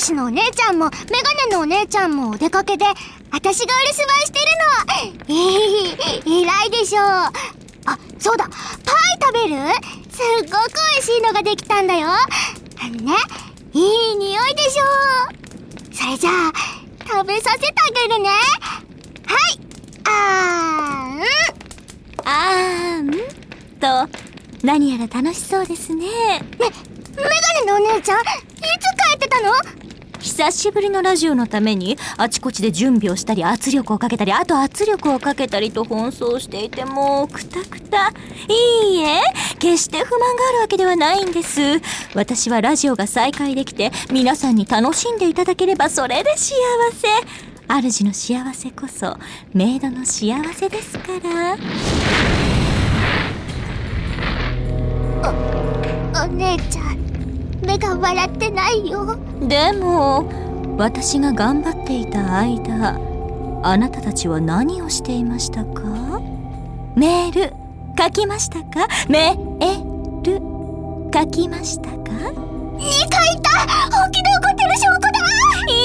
しのお姉ちゃんもメガネのお姉ちゃんもお出かけで私がお留守番してるのええ偉いでしょうあそうだパイ食べるすっごく美味しいのができたんだよあのねいい匂いでしょうそれじゃあ食べさせてあげるねはいあーんあーんと何やら楽しそうですねめメガネのお姉ちゃんいつ帰ってたの久しぶりのラジオのためにあちこちで準備をしたり圧力をかけたりあと圧力をかけたりと奔走していてもうくたくたいいえ決して不満があるわけではないんです私はラジオが再開できて皆さんに楽しんでいただければそれで幸せ主の幸せこそメイドの幸せですからお姉ちゃん目が笑ってないよでも私が頑張っていた間あなたたちは何をしていましたかメール書きましたかメール書きましたか2回いた本気で怒ってる証拠だいい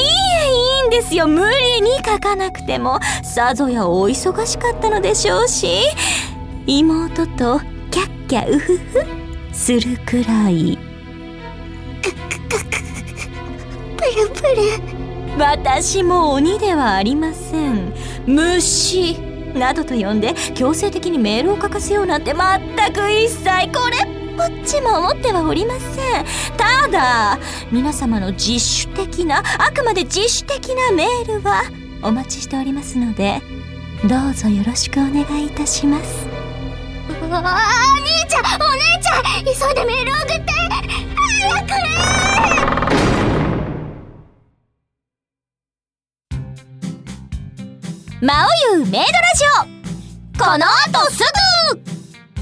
えいいんですよ無理に書かなくてもさぞやお忙しかったのでしょうし妹とキャッキャウフフするくらいプルプル私も鬼ではありません虫などと呼んで強制的にメールを書かせようなんて全く一切これっぽっちも思ってはおりませんただ皆様の自主的なあくまで自主的なメールはお待ちしておりますのでどうぞよろしくお願いいたしますうわあお兄ちゃんお姉ちゃん急いでメール送って早く魔王ゆうメイドラジオこの後すぐ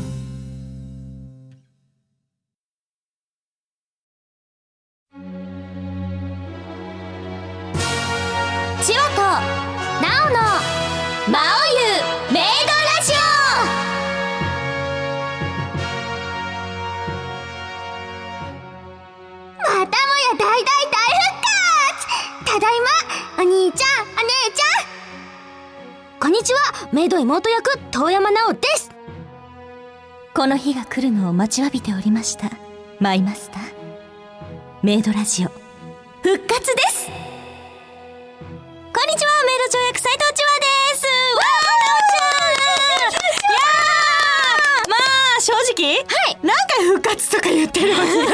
千和となおの魔王ゆうメイドラジまたもや大大大復活ただいまお兄ちゃんお姉ちゃんこんにちはメイド妹役遠山奈緒ですオこの日が来るのを待ちわびておりましたマイマスターメイドラジオ復活ですこんにちはメイド条約斉藤千和ですわーいやーまあ正直はい何回復活とか言ってるのに休むのか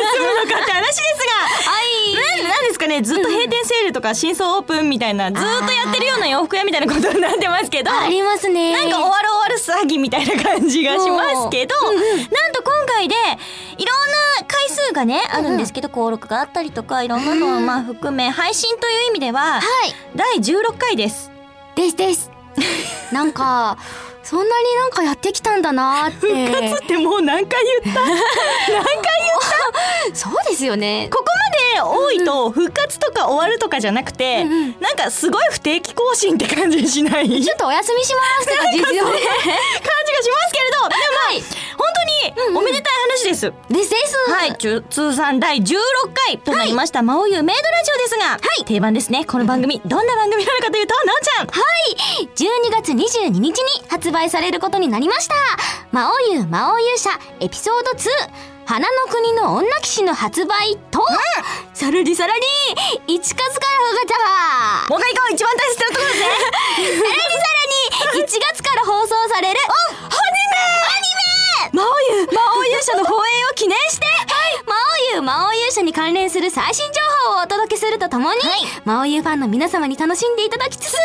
って話ですがはいななんですかねずっと閉店セールとか新装オープンみたいなずーっとやってるような洋服屋みたいなことになってますけどありますねなんか終わる終わる詐欺みたいな感じがしますけど、なんと今回でいろんな回数がねあるんですけど登録があったりとかいろんなのをまあ含め配信という意味でははい第16回です。ですです なんかそんなになんかやってきたんだなーって つってもう何回言った何回そうですよねここまで多いと復活とか終わるとかじゃなくて、うんうんなんかすごい不定期更新って感じしないちょっとお休みしますとか実 用で感じがしますけれど、でもまあ、本当におめでたい話です。ですですはい、ちゅ通算第16回となりました、魔王ゆうメイドラジオですが、定番ですね。この番組、どんな番組なのかというと、なおちゃん。 12月22日に発売されることになりました魔王優魔王勇者エピソード2花の国の女騎士の発売と、さらにさらに一カズからもう一回行こう一番大切なところですね。放がちゃわさらにさらに1月から放送される魔王ゆう、魔王勇者の放映を記念して、魔王優魔王勇者に関連する最新情報をお届けするとともに、魔王優ファンの皆様に楽しんでいただき つつさ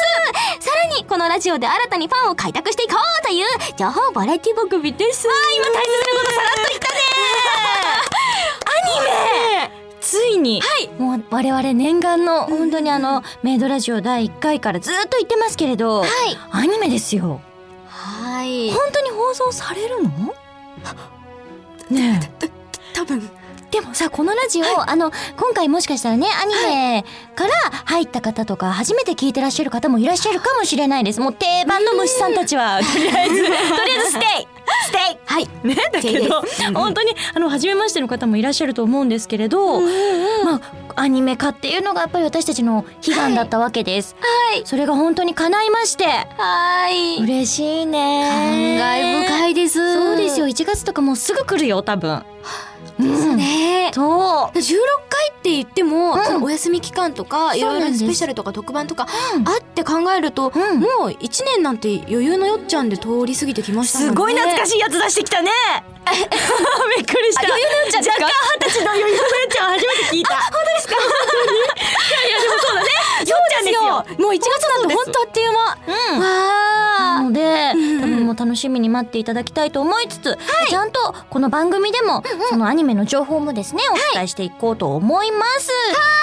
らにこのラジオで新たにファンを開拓していこうという情報バラエティ番組ですあ今大切なことさらっと言ったねついに、もう我々念願の、本当にあの、メイドラジオ第1回からずっと言ってますけれど、はいアニメですよ。はい本当に放送されるのねえ多分でもさこのラジオ、あの今回もしかしたらねアニメから入った方とか初めて聞いてらっしゃる方もいらっしゃるかもしれないですもう定番の虫さんたちはとりあ えずとりあえずステイステイはいね、だけど そうです本当にあの初めましての方もいらっしゃると思うんですけれど、まあアニメ化っていうのがやっぱり私たちの悲願だったわけです。はい。それが本当に叶いまして。はい。嬉しいね。感慨深いですそうですよ。1月とかもうすぐ来るよ、多分。うん。ねえそう。 16回って言っても、うんそのお休み期間とかいそろういなろんですスペシャルとか特番とかうんあって考えると、うんもう1年なんて余裕のよっちゃんで通り過ぎてきましたもんねすごい懐かしいやつ出してきたね。 びっくりした。余裕のよっちゃんですか若干二十歳の余裕のよっちゃん初めて聞いた。本当ですか。いやいやでもそうだね。よっちゃんですよ。もう1月なんて本当あっという間うん。なので、うん多分もう楽しみに待っていただきたいと思いつつ、ちゃんとこの番組でも、そのアニメの情報もですね、お伝えしていこうと思います。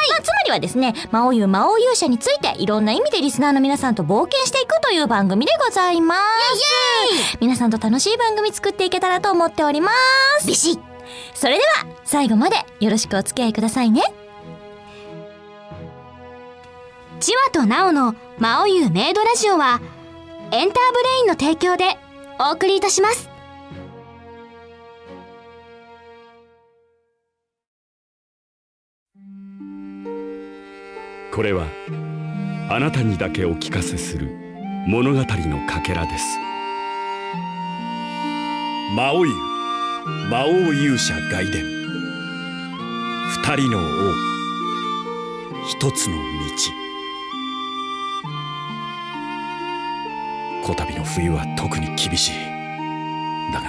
まあ、つまりはですね、魔王優魔王勇者についていろんな意味でリスナーの皆さんと冒険していくという番組でございます。皆さんと楽しい番組作っていけたらと思っております。ビシッそれでは、最後までよろしくお付き合いくださいね。チワとナオのマオユメイドラジオはエンターブレインの提供でお送りいたします。これはあなたにだけお聞かせする物語のかけらです魔王湯魔王勇者外伝二人の王一つの道こたびの冬は特に厳しいだが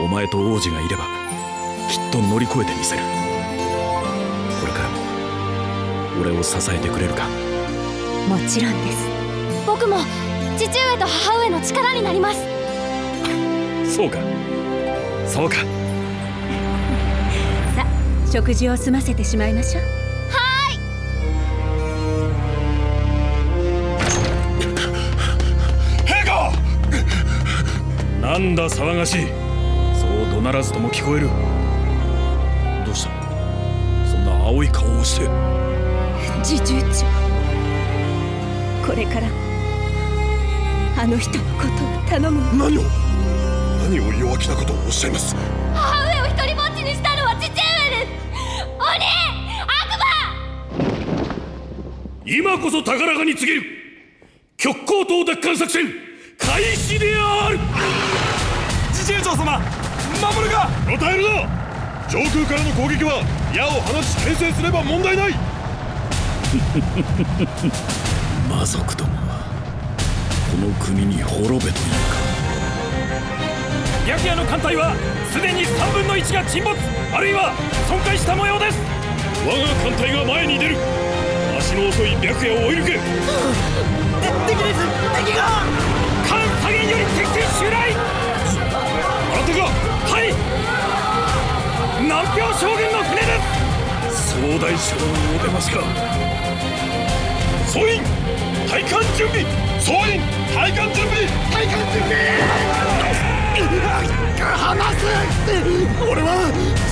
お前と王子がいればきっと乗り越えてみせるこれからも俺を支えてくれるかもちろんです。僕も父上と母上の力になります。そうかそうか食事を済ませてしまいましょう陛下なんだ騒がしいそう怒鳴らずとも聞こえるどうしたそんな青い顔をして侍従長これからあの人のことを頼む何を何を弱気なことをおっしゃいます母上を一人ぼっちにしたのは父上です。鬼悪魔今こそ高らかに告げる極光島奪還作戦開始である自重長様守るが与えるぞ上空からの攻撃は矢を放ち牽制すれば問題ない 魔族どもはこの国に滅べというか白夜の艦隊はすでに3分の1が沈没あるいは損壊した模様です我が艦隊が前に出る足の遅い白夜を追い抜け敵です敵が艦左舷より敵船襲来あなたがはい南氷将軍の船です総大将をお出ましか総員体幹準備総員体幹準備体幹準備離す俺は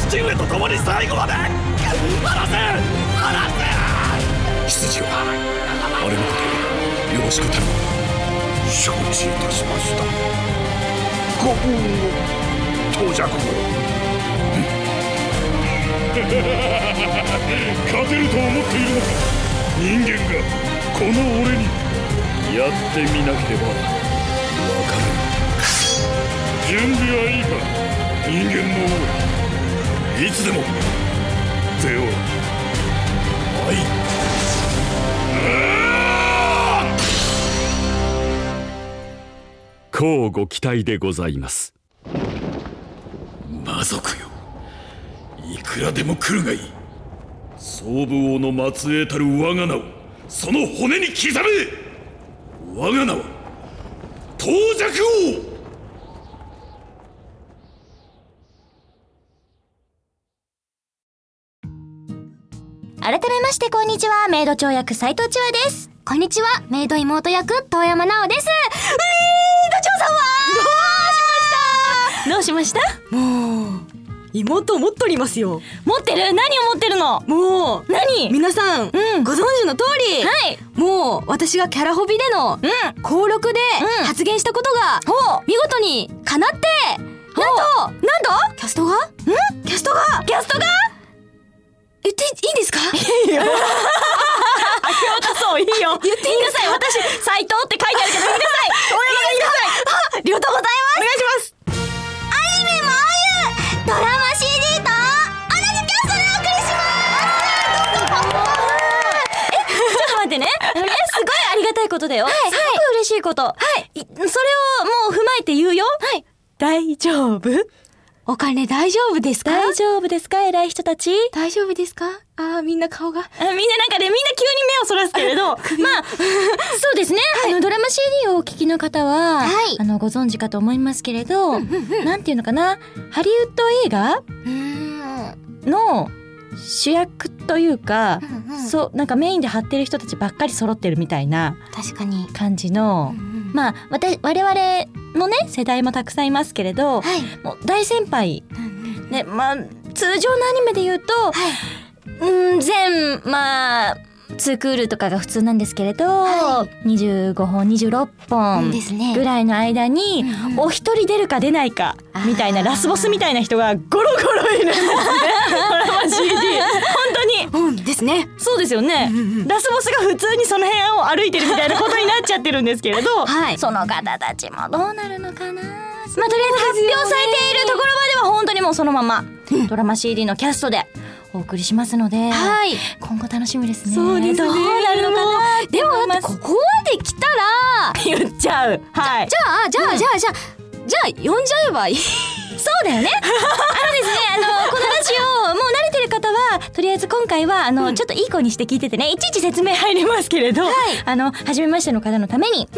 父上と共に最後まで離せ離せ羊はあれのことよろしく頼む承知いたしましたご分を 到着を勝てると思っているのか人間がこの俺にやってみなければわかる 準備はいいか人間の王いつでも 手を はいこうご期待でございます魔族よいくらでも来るがいい総武王の末裔たる我が名をその骨に刻め我が名は到着改めましてこんにちはメイド長役斉藤千和ですこんにちは、メイド妹役、遠山奈緒です。どうしましたもう妹を持っとりますよ持ってる何を持ってるのもう何皆さん、うんご存知の通り、はいもう私がキャラホビでのう登録でうん発言したことがほう見事に叶ってなんとなんだキャストがんキャストがキャストが言っていいですかそういい よ言っていいなさい私斎藤って書いてあるけど言いなさい大山が言いなさいありがとうございますお願いしますアニメもあゆドラマ CD と同じキャストでお送りしちょっと待ってね。え、すごいありがたいことだよ。すごく嬉しいこと。はい。それをもう踏まえて言うよ。はい。大丈夫お金大丈夫ですか大丈夫ですか偉い人たち。あ大丈夫ですかあーみんな顔がみんななんかね、みんな急に目をそらすけ れど。まあ、そうですね。あの、ドラマ CD をお聞きの方は、はいあの、ご存知かと思いますけれど、なんていうのかな、ハリウッド映画ますの主役というか、うんうんそう、なんかメインで張ってる人たちばっかり揃ってるみたいな確かに感じの、まあ、わた我々のね世代もたくさんいますけれど、はいもう大先輩、ねまあ、通常のアニメで言うと、うん全まあツークールとかが普通なんですけれど、は25本26本ですねぐらいの間うに、んうんお一人出るか出ないかみたいなあーラスボスみたいな人がゴロゴロいるんです ねドラマ CD 本当にうんですねそうですよね、ラスボスが普通にその辺を歩いてるみたいなことになっちゃってるんですけれど、はいその方たちもどうなるのかなまあとりあえず発表されているところまでは本当にもうそのまま、ドラマ CD のキャストでお送りしますので、はい今後楽しみですねそうですねどうなるのかなでもだってここまで来たら言っちゃうはいじゃあじゃあじゃあじゃあじゃあ呼んじゃえばいいそう だよね。あのですね、あの、このラジオ、もう慣れてる方は、とりあえず今回は、あの、ちょっといい子にして聞いててね、いちいち説明入りますけれど、あの、初めましての方のために、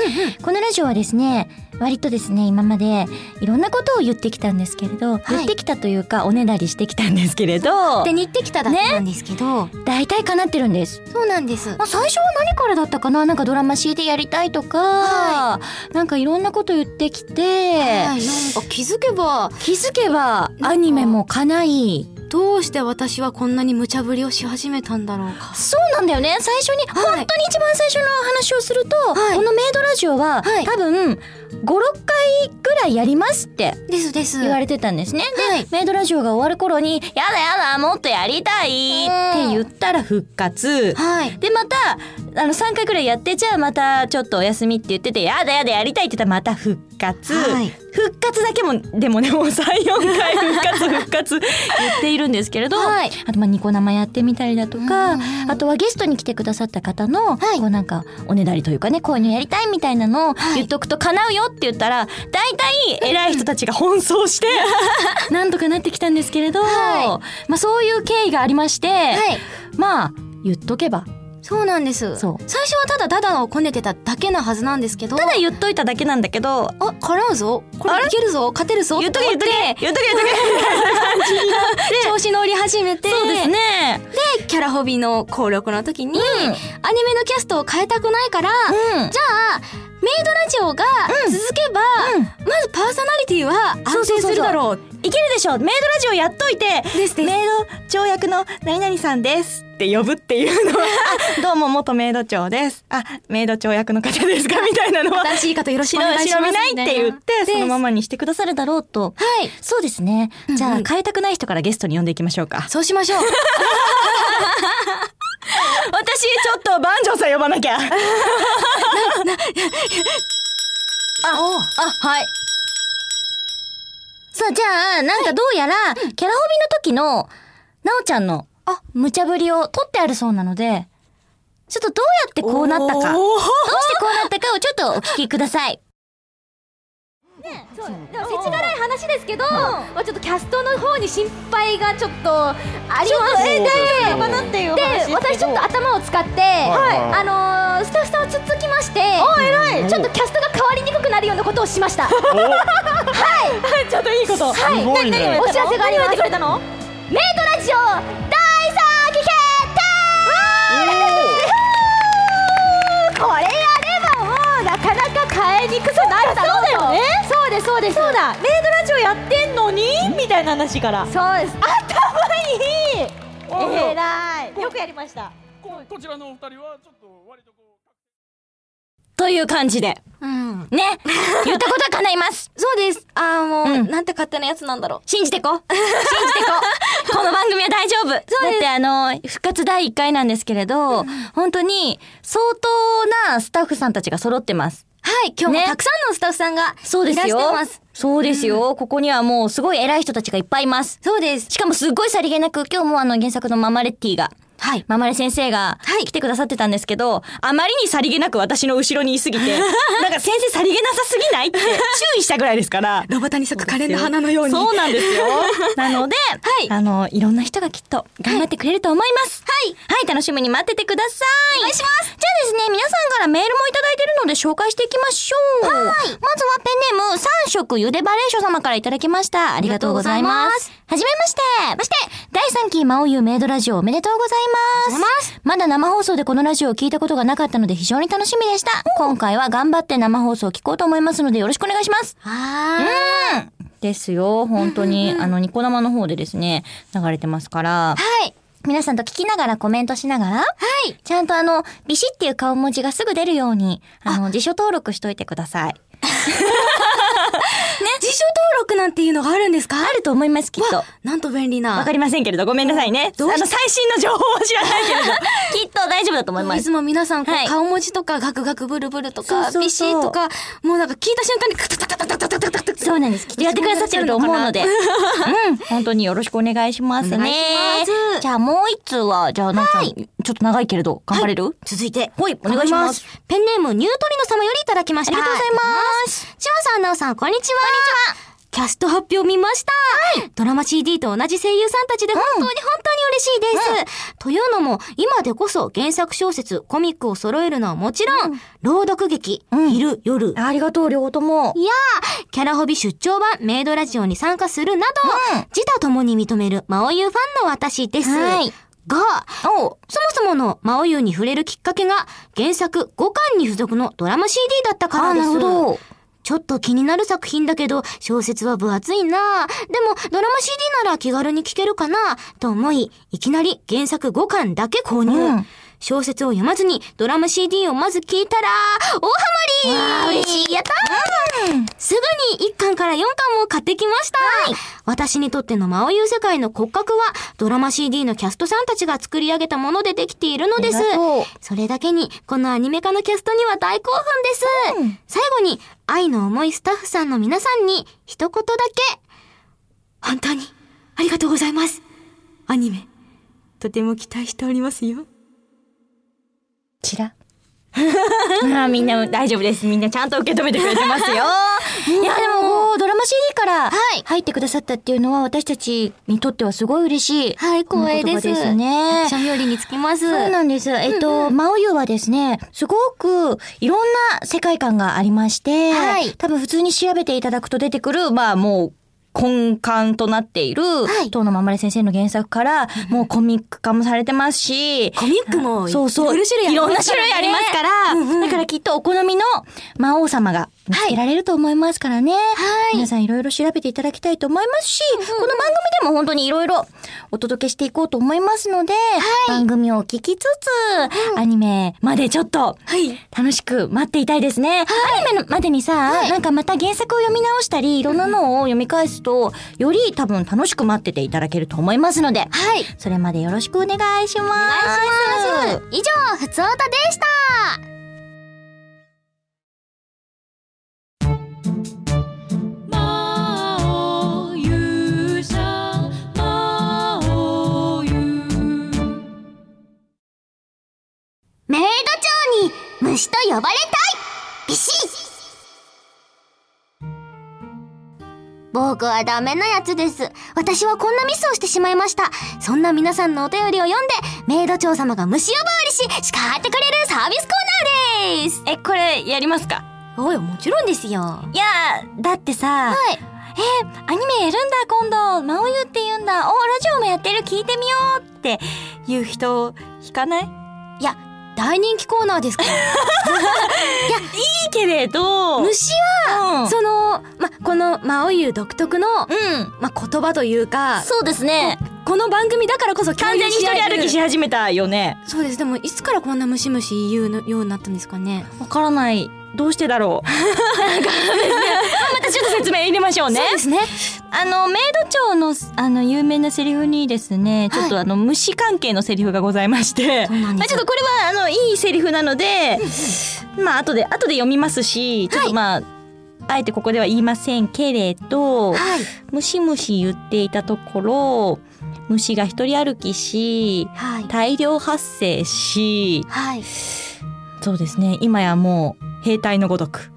このラジオはですね、割とですね、今まで、いろんなことを言ってきたんですけれど、言ってきたというか、おねだりしてきたんですけれどで、似てきただけなんですけど、大体叶ってるんです。そうなんですまあ、最初は何からだったかななんかドラマ CD やりたいとか、はなんかいろんなこと言ってきて、はい気づけば気づけば、アニメも叶い、どうして私はこんなに無茶ぶりをし始めたんだろうかそうなんだよね最初に、い本当に一番最初の話をすると、はいこのメイドラジオは、はい多分56回ぐらいやりますってですです言われてたんですね、はいでメイドラジオが終わる頃に「やだやだもっとやりたい」って言ったら復活。はいでまたあの3回くらいやってじゃあまたちょっとお休みって言ってて「やだやだやりたい」って言ったらまた復活、はい復活だけもでもねもう34回復活復活言っているんですけれど、はいあとまあニコ生やってみたりだとか、うんうんあとはゲストに来てくださった方はの、いこうなんかおねだりというかねこういうのやりたいみたいなのをはい言っとくと叶うよって言ったら大体偉い人たちが奔走してなんとかなってきたんですけれど、はまあそういう経緯がありまして、はいまあ言っとけばそうなんですそう最初はただダダをこねてただけなはずなんですけどただ言っといただけなんだけどあ絡むぞこれいけるぞ勝てるぞ言っとけ言っとけ言っとけ言っと調子乗り始め てけそうですね。でキャラホビの登録の時に、アニメのキャストを変えたくないから、じうんゃあメイドラジオが続けば、まずパーソナリティは安定するだろういけるでしょうメイドラジオやっといてですですメイド長役の何々さんですって呼ぶっていうのはあどうも元メイド長ですあメイド長役の方ですかみたいなの は新しい方よろしくお白願いします白見ないって言っみたいてなそのままにしてくださるだろうとはいそうですねじゃうあんうん変えたくない人からゲストに呼んでいきましょうかそうしましょう私ちょっと万丈さん呼ばなきゃ ああはいさあじゃあなんかどうやら、キャラホビの時のなおちゃんの無茶ぶりを取ってあるそうなのでちょっとどうやってこうなったかどうしてこうなったかをちょっとお聞きく ださいでも世知辛い話ですけど、まあちょっとキャストの方に心配がちょっとありましてで私ちょっと頭を使って、はいあのースタッフさんをつっつきましてちょっとキャストが変わりにくくなるようなことをしましたおちょっといいことはいすごいねお知らせがありますメイドラジオ大騒ぎ決定これやればもうなかなか変えにくさなるだろうとそうだよねそうですそうですそうだメイドラジオやってんのにみたいな話からそうです頭いいえらいよくやりましたここちらのお二人はちょっと割とこうという感じでうんね言ったことは叶いますそうですあーもう、うんなんて勝手なやつなんだろう信じてこ信じてこここの番組は大丈夫だってあの復活第1回なんですけれど、本当に相当なスタッフさんたちが揃ってますはい、今日もねたくさんのスタッフさんがそうでいらすしてよます。そうですよ、ここにはもうすごい偉い人たちがいっぱいいますそうです。しかもすごいさりげなく今日もあの原作のママレッティがはい。ママレ先生がはい来てくださってたんですけど、あまりにさりげなく私の後ろにいすぎて、なんか先生さりげなさすぎないって注意したぐらいですから。ロバタに咲く可憐な花のように。そうなんですよ。 なので、はいあの、いろんな人がきっと頑張ってくれると思います。はい。はい、楽しみに待っててください。お願いします。じゃあですね、皆さんからメールもいただいてるので紹介していきましょう。はい。まずはペンネーム三色ゆでバレーショ様からいただきました。ありがとうございます。はじめまして。そして、第3期魔王ゆメイドラジオおめでとうございます。まだ生放送でこのラジオを聞いたことがなかったので非常に楽しみでした。今回は頑張って生放送を聞こうと思いますのでよろしくお願いします。うんですよ、本当に。あの、ニコ生の方でですね、流れてますから。はい。皆さんと聞きながらコメントしながら、はい。ちゃんとあの、ビシっていう顔文字がすぐ出るように、あの、辞書登録しといてください。ね。辞書登録なんていうのがあるんですかあると思います、きっと。なんと便利な。わかりませんけれど、ごめんなさいね。あどうの、し最新の情報は知らないけれど、 きっと大丈夫だと思いまいすつ。も皆さん、こうはい顔文字とか、ガクガクブルブルとそうそかう、そうビシッとか、もうなんか聞いた瞬間に、カタタタタタタタタタタそうなんです。きっとやってくださってると思うので。うん。本当によろしくお願いしますね。お願いしますじゃあもう一通は、じゃあ、なおちゃん、ちょっと長いけれど、頑張れる、続いて。はい、お願いします。。ペンネーム、ニュートリノ様よりいただきました。ありがとうございます。千葉さん、なおさん、こんにちは。こんにちは。キャスト発表見ました。ドラマ CD と同じ声優さんたちで本当に本当に嬉しいです。というのも、今でこそ原作小説、コミックを揃えるのはもちろん、朗読劇、昼、夜、ありがとう、両方とも。いやー、キャラホビ出張版メイドラジオに参加するなど、自他ともに認めるマオユファンの私です。はいが、そもそものマオユに触れるきっかけが原作5巻に付属のドラマ CD だったからです。あなるほどちょっと気になる作品だけど、小説は分厚いなでも、ドラマ CD なら気軽に聴けるかなと思い、いきなり原作5巻だけ購入。うん小説を読まずに、ドラマ CD をまず聞いたら、大ハマり嬉しいやったーすぐに1巻から4巻も買ってきました、私にとっての魔王優世界の骨格は、ドラマ CD のキャストさんたちが作り上げたものでできているのですありがとう。それだけに、このアニメ化のキャストには大興奮です。最後に、愛の重いスタッフさんの皆さんに、一言だけ。本当に、ありがとうございます。アニメ、とても期待しておりますよ。ちら。ああみんな大丈夫です。みんなちゃんと受け止めてくれてます よ。いや、でもこう、ドラマ CD からはい入ってくださったっていうのは私たちにとってはすごい嬉しい。はい、光栄です。この言葉ですね。シャミオリにつきます。そうなんです。えっと、マオユはですね、すごくいろんな世界観がありまして、はい多分普通に調べていただくと出てくる、まあもう、根幹となっている、い遠野ままれ先生の原作から、もうコミック化もされてますし、コミックもそうそう。いろいろ種類あいりろんまなすか種らね類ありますから、だからきっとお好みの魔王様が見つけられると思いますからね。皆さんいろいろ調べていただきたいと思いますし、この番組でも本当にいろいろお届けしていこうと思いますので、番組を聞きつつ、アニメまでちょっと、楽しく待っていたいですね。アニメのまでにさ、なんかまた原作を読み直したり、いろんなのを読み返すと、より多分楽しく待ってていただけると思いますので、はい。それまでよろしくお願いします。お願いします。以上、ふつおたでした。メイド長に虫と呼ばれたいビシッ僕はダメなやつです。私はこんなミスをしてしまいました。そんな皆さんのお便りを読んで、メイド長様が虫呼ばわりし、叱ってくれるサービスコーナーです。え、これやりますかおい、もちろんですよ。いやー、だってさ、はいえー、アニメやるんだ、今度、まおゆって言うんだ、お、ラジオもやってる、聞いてみようって言う人、引かないい大人気コーナーですから。いけれど、虫はは、その、ま、この、マオユ独特の、うん、ま、言葉というか、そうですね。この番組だからこそ共完有全に一し人合える歩きし始めたよね。そうです。でも、いつからこんなムシムシ言うのようになったんですかね。 わからない。どうしてだろう。なんか、またちょっと説明入れましょうねそうですね。あのメイド長のあの有名なセリフにですね、ちょっとあの虫関係のセリフがございまして、うなんですまあちょっとこれはあのいいセリフなので、まあ後で後で読みますし、ちょっとまあ、あえてここでは言いませんけれど、はいムシムシ言っていたところ、虫が一人歩きし、はい大量発生し、はい そうですね。今やもう兵隊のごとく。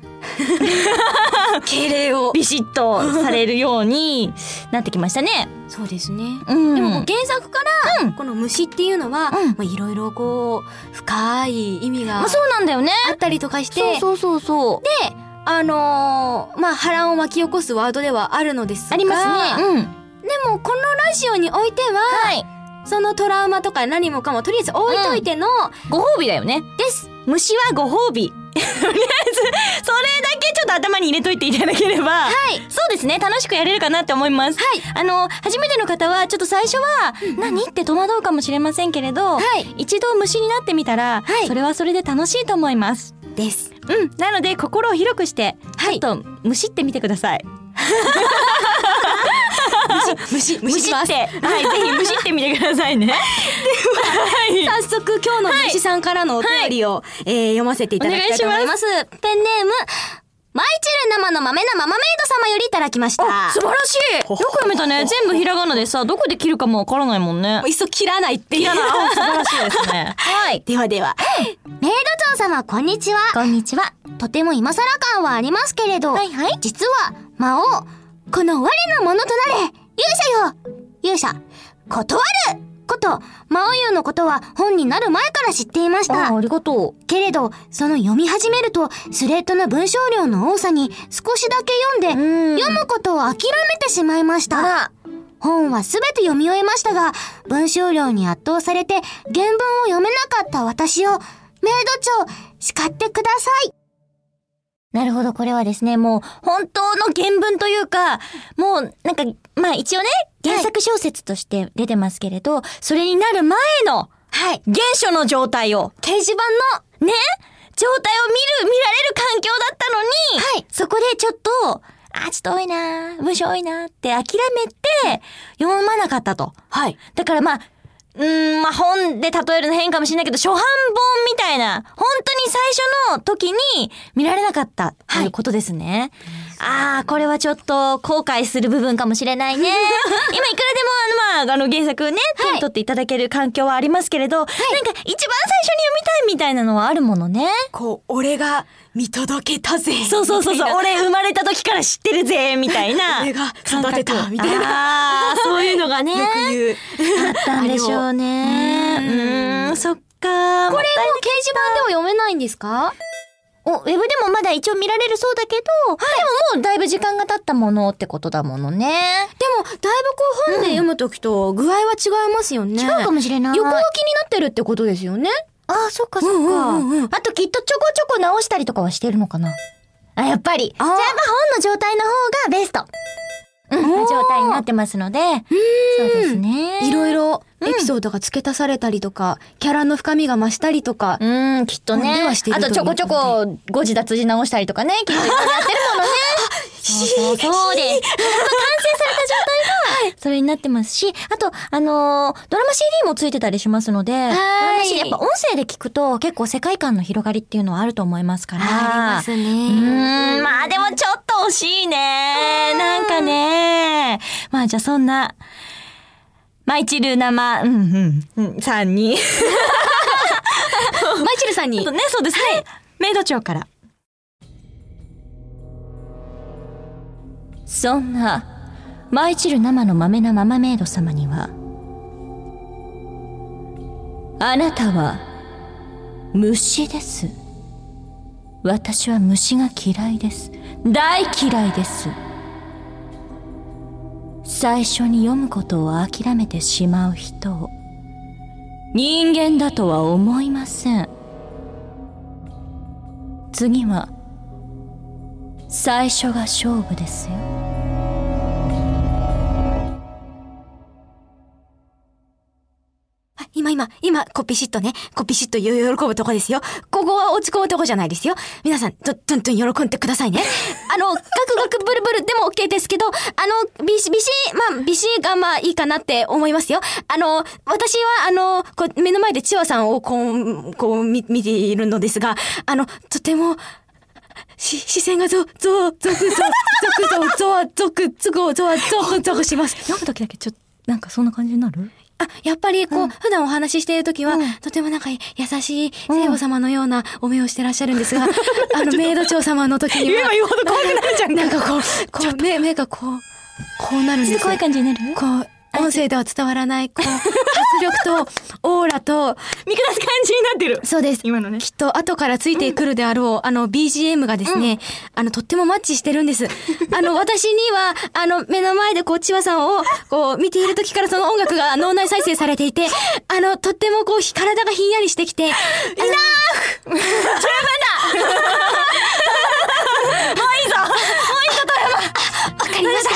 敬礼をビシッとされるようになってきましたね。そうですねうん。でもこう原作から、この虫っていうのは、うんまあいろいろこう深い意味がまあそうなんだよね。あったりとかして、そうそうそう。で、あのーまあ波乱を巻き起こすワードではあるのですがありますね。うん。でもこのラジオにおいては、はい。そのトラウマとか何もかもとりあえず置いといての、ご褒美だよね。です。虫はご褒美。とり あえず、それだけちょっと頭に入れといていただければ。はい。そうですね。楽しくやれるかなって思います。はい。あの、初めての方は、ちょっと最初は、何って戸惑うかもしれませんけれど、はい一度虫になってみたら、はいそれはそれで楽しいと思います。ですうん。なので、心を広くして、はいちょっと、虫ってみてください。 虫むしって、はい、ぜひむしってみてください ね。早速今日の虫さんからのお便りを、えー読ませていただきたいと思いますペンネームマイチル生の豆なママメイド様よりいただきました素晴らしい。よく読めたね。全部ひらがなでさ、どこで切るかもわからないもんねもう。いっそ切らないって いうあ素晴らしいですね。はい。ではではメイド長様こんにちはこんにちはとても今更感はありますけれど、はいはい、実は魔王この我のものとなれ勇者よ勇者断ること魔王優のことは本になる前から知っていました ありがとう。けれどその読み始めるとスレッドの文章量の多さに少しだけ読んで、うん読むことを諦めてしまいました本は全て読み終えましたが文章量に圧倒されて原文を読めなかった私をメイド長叱ってくださいなるほど、これはですね、もう、本当の原文というか、もう、なんか、まあ一応ね、原作小説として出てますけれど、それになる前の、はい原初の状態を、掲示板のね状態を見る、見られる環境だったのに、はいそこでちょっと、あ、ちょっと多いな文章多いなって諦めて、読まなかったと。はいだからまあ、うーん、まあ本で例えるの変かもしれないけど、初版本みたいな、本当に最初の時に見られなかったということですね。ああ、これはちょっと後悔する部分かもしれない ね。今いくらでもあの、まあ、あの原作ね、手に取っていただける環境はありますけれど、なんか一番最初に読みたいみたいなのはあるものね。こう俺が見届けたぜそうそうそうそう、み 俺生まれた時から知ってるぜ、みたい な。俺が育てたみたいなな。あーそういうのがね。たいなよく言うあったんでしょうね。うーん、そっか。こでれも掲示板では読めないんですかお、ウェブでもまだ一応見られるそうだけど、でももうだいぶ時間が経ったものってことだものね。でもだいぶこう本で読むときと具合は違いますよね、そうかもしれない。横向きになってるってことですよねああ、そっかそうっか、んうんうんあときっとちょこちょこ直したりとかはしてるのかな。あ、やっぱり。じゃあまあ本の状態の方がベスト。うん、な状態になってますので。そうですね。いろいろエピソードが付け足されたりとか、キャラの深みが増したりとか、うん、きっと本ね。ではしているあとちょこちょこ、誤字脱字直したりとか ね、きっといろいろやってるものね。 そう そうそうで。完成された状態が、それになってますし、あと、あのードラマ CD もついてたりしますので、ドラマ CD、やっぱ音声で聞くと結構世界観の広がりっていうのはあると思いますから。ありますうねーん、まあでもちょっと惜しいね。なんかね。まあじゃあそんな、マイチル生、うんうん、うん、さんに。マイチェルさんにとね、そうですね。メイド長から。そんな、舞い散る生の豆なママメイド様には、あなたは、虫です。私は虫が嫌いです。大嫌いです。最初に読むことを諦めてしまう人を、人間だとは思いません。次は最初が勝負ですよ今今今、今、コピシッとね、コピシッと喜ぶとこですよ。ここは落ち込むとこじゃないですよ。皆さん、ど、どんどん喜んでくださいね。あの、ガクガクブルブルでも OK ですけど、あの、ビシビシ、まあ、ビシがまあいいかなって思いますよ。あの、私はあの、こう目の前で千和さんをこう、こう見、見ているのですが、あの、とても、し、視線がゾ、ゾ、ゾクゾ、ゾクゾ、ゾワ、ゾク、ゾク、ゾワ、ゾク、ゾクします。読む時だけちょっとなんかそんな感じになるあ、やっぱりこう、普段お話ししているときは、とてもなんか優しい聖母様のようなお目をしてらっしゃるんです が、あの、メイド長様の時には。言えば言うほど怖くなるじゃんなんかこう、こう、目、目がこう、こうなるんですちょっよと怖い感じになるこう、音声では伝わらない、こう、迫力と、オーラと、見下す感じになってる そうです。今のねきっと後からついてくるであろう、あの BGM がですね、あのとってもマッチしてるんです。 あの私には、あの目の前でこう千葉さんをこう見ている時からその音楽が脳内再生されてい て、あのとってもこう体がひんやりしてきて、 わか りました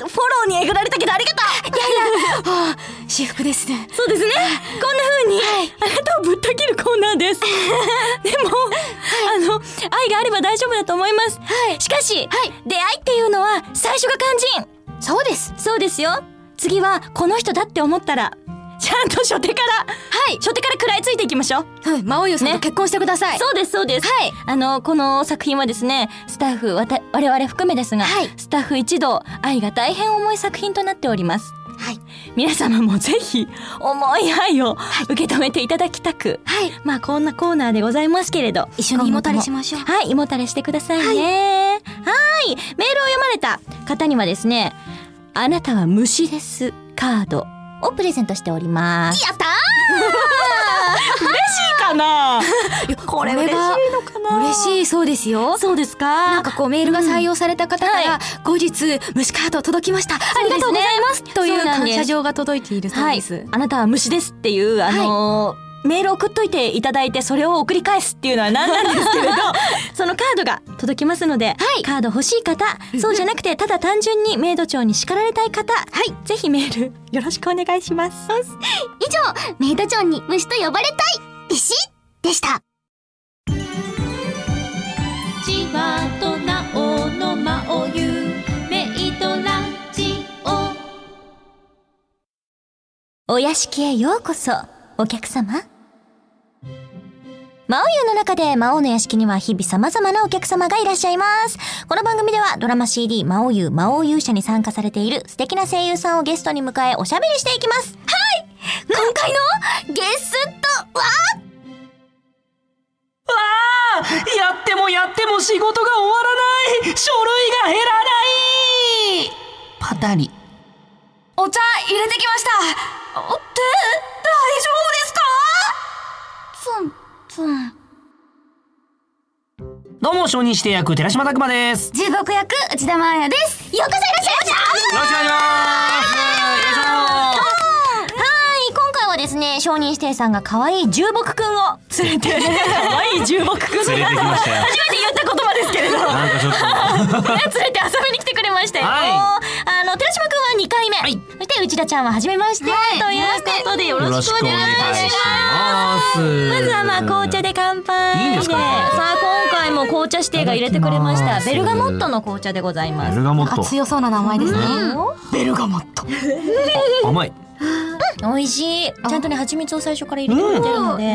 フォローにえぐられたけどありがとうはあ、私服ですね。そうですねこんな風に、あなたをぶった切るコーナーです でも、あの愛があれば大丈夫だと思います、しかし、出会いっていうのは最初が肝心そうですそうですよ次はこの人だって思ったらちゃんと初手からはい初手から食らいついていきましょうはい、魔王優さんとね結婚してください。そうですそうです。はい。あのこの作品はですね、スタッフわた我々含めですが、はいスタッフ一同愛が大変重い作品となっております。はい皆様もぜひ重い愛を受け止めていただきたく、はいまあこんなコーナーでございますけれど、一緒に胃もたれしまましょう。はい、胃もたれしてくださいね。はーい。メールを読まれた方にはですね、あなたは虫ですカードをプレゼントしております。や ったーかなこれは嬉しいそうですよ。そうですかなんかこうメールが採用された方から、後日虫カード届きました、ありがとうございますというそうなん感です謝状が届いているそうです、あなたは虫ですっていう、あのーメール送っといていただいてそれを送り返すっていうのは何なんですけれどそのカードが届きますので、カード欲しい方そうじゃなくてただ単純にメイド長に叱られたい方、ぜひメールよろしくお願いします。以上メイド長に虫と呼ばれたいビシッでしたチワとナオのマオユメイドラジオお屋敷へようこそ、お客様。魔王湯の中で魔王の屋敷には日々様々なお客様がいらっしゃいます。この番組ではドラマ CD 魔王湯魔王勇者に参加されている素敵な声優さんをゲストに迎えおしゃべりしていきます。今回のゲストは やってもやっても仕事が終わらない書類が減らないパタリお茶入れてきましたおって大丈夫ですかどうも、承認して役、寺島拓馬です。重木役内田真彩ですようこそいらっしゃいましたよろしくお願いします。よいしはい、今回はですね、承認指定さんが可愛い重木くんを連れて、可愛い重木くんょ連れてきましたよ。初めて言った言葉ですけれど、ねなんかちょっ連れて遊びに来てくれましたよ。はあの寺島くんは2回目、いそして内田ちゃんは初めまして、ということでよと、よろろししくくおお願願いいします。しまます。ずはまあ紅茶で乾杯いいんですかさあ今回も紅茶指定が入れてくれましいたただきますベルガモットの紅茶でございまベすルガモット。強そうな名前ですね、甘い。美味しいちゃんとね蜂蜜を最初から入れてくれてるので、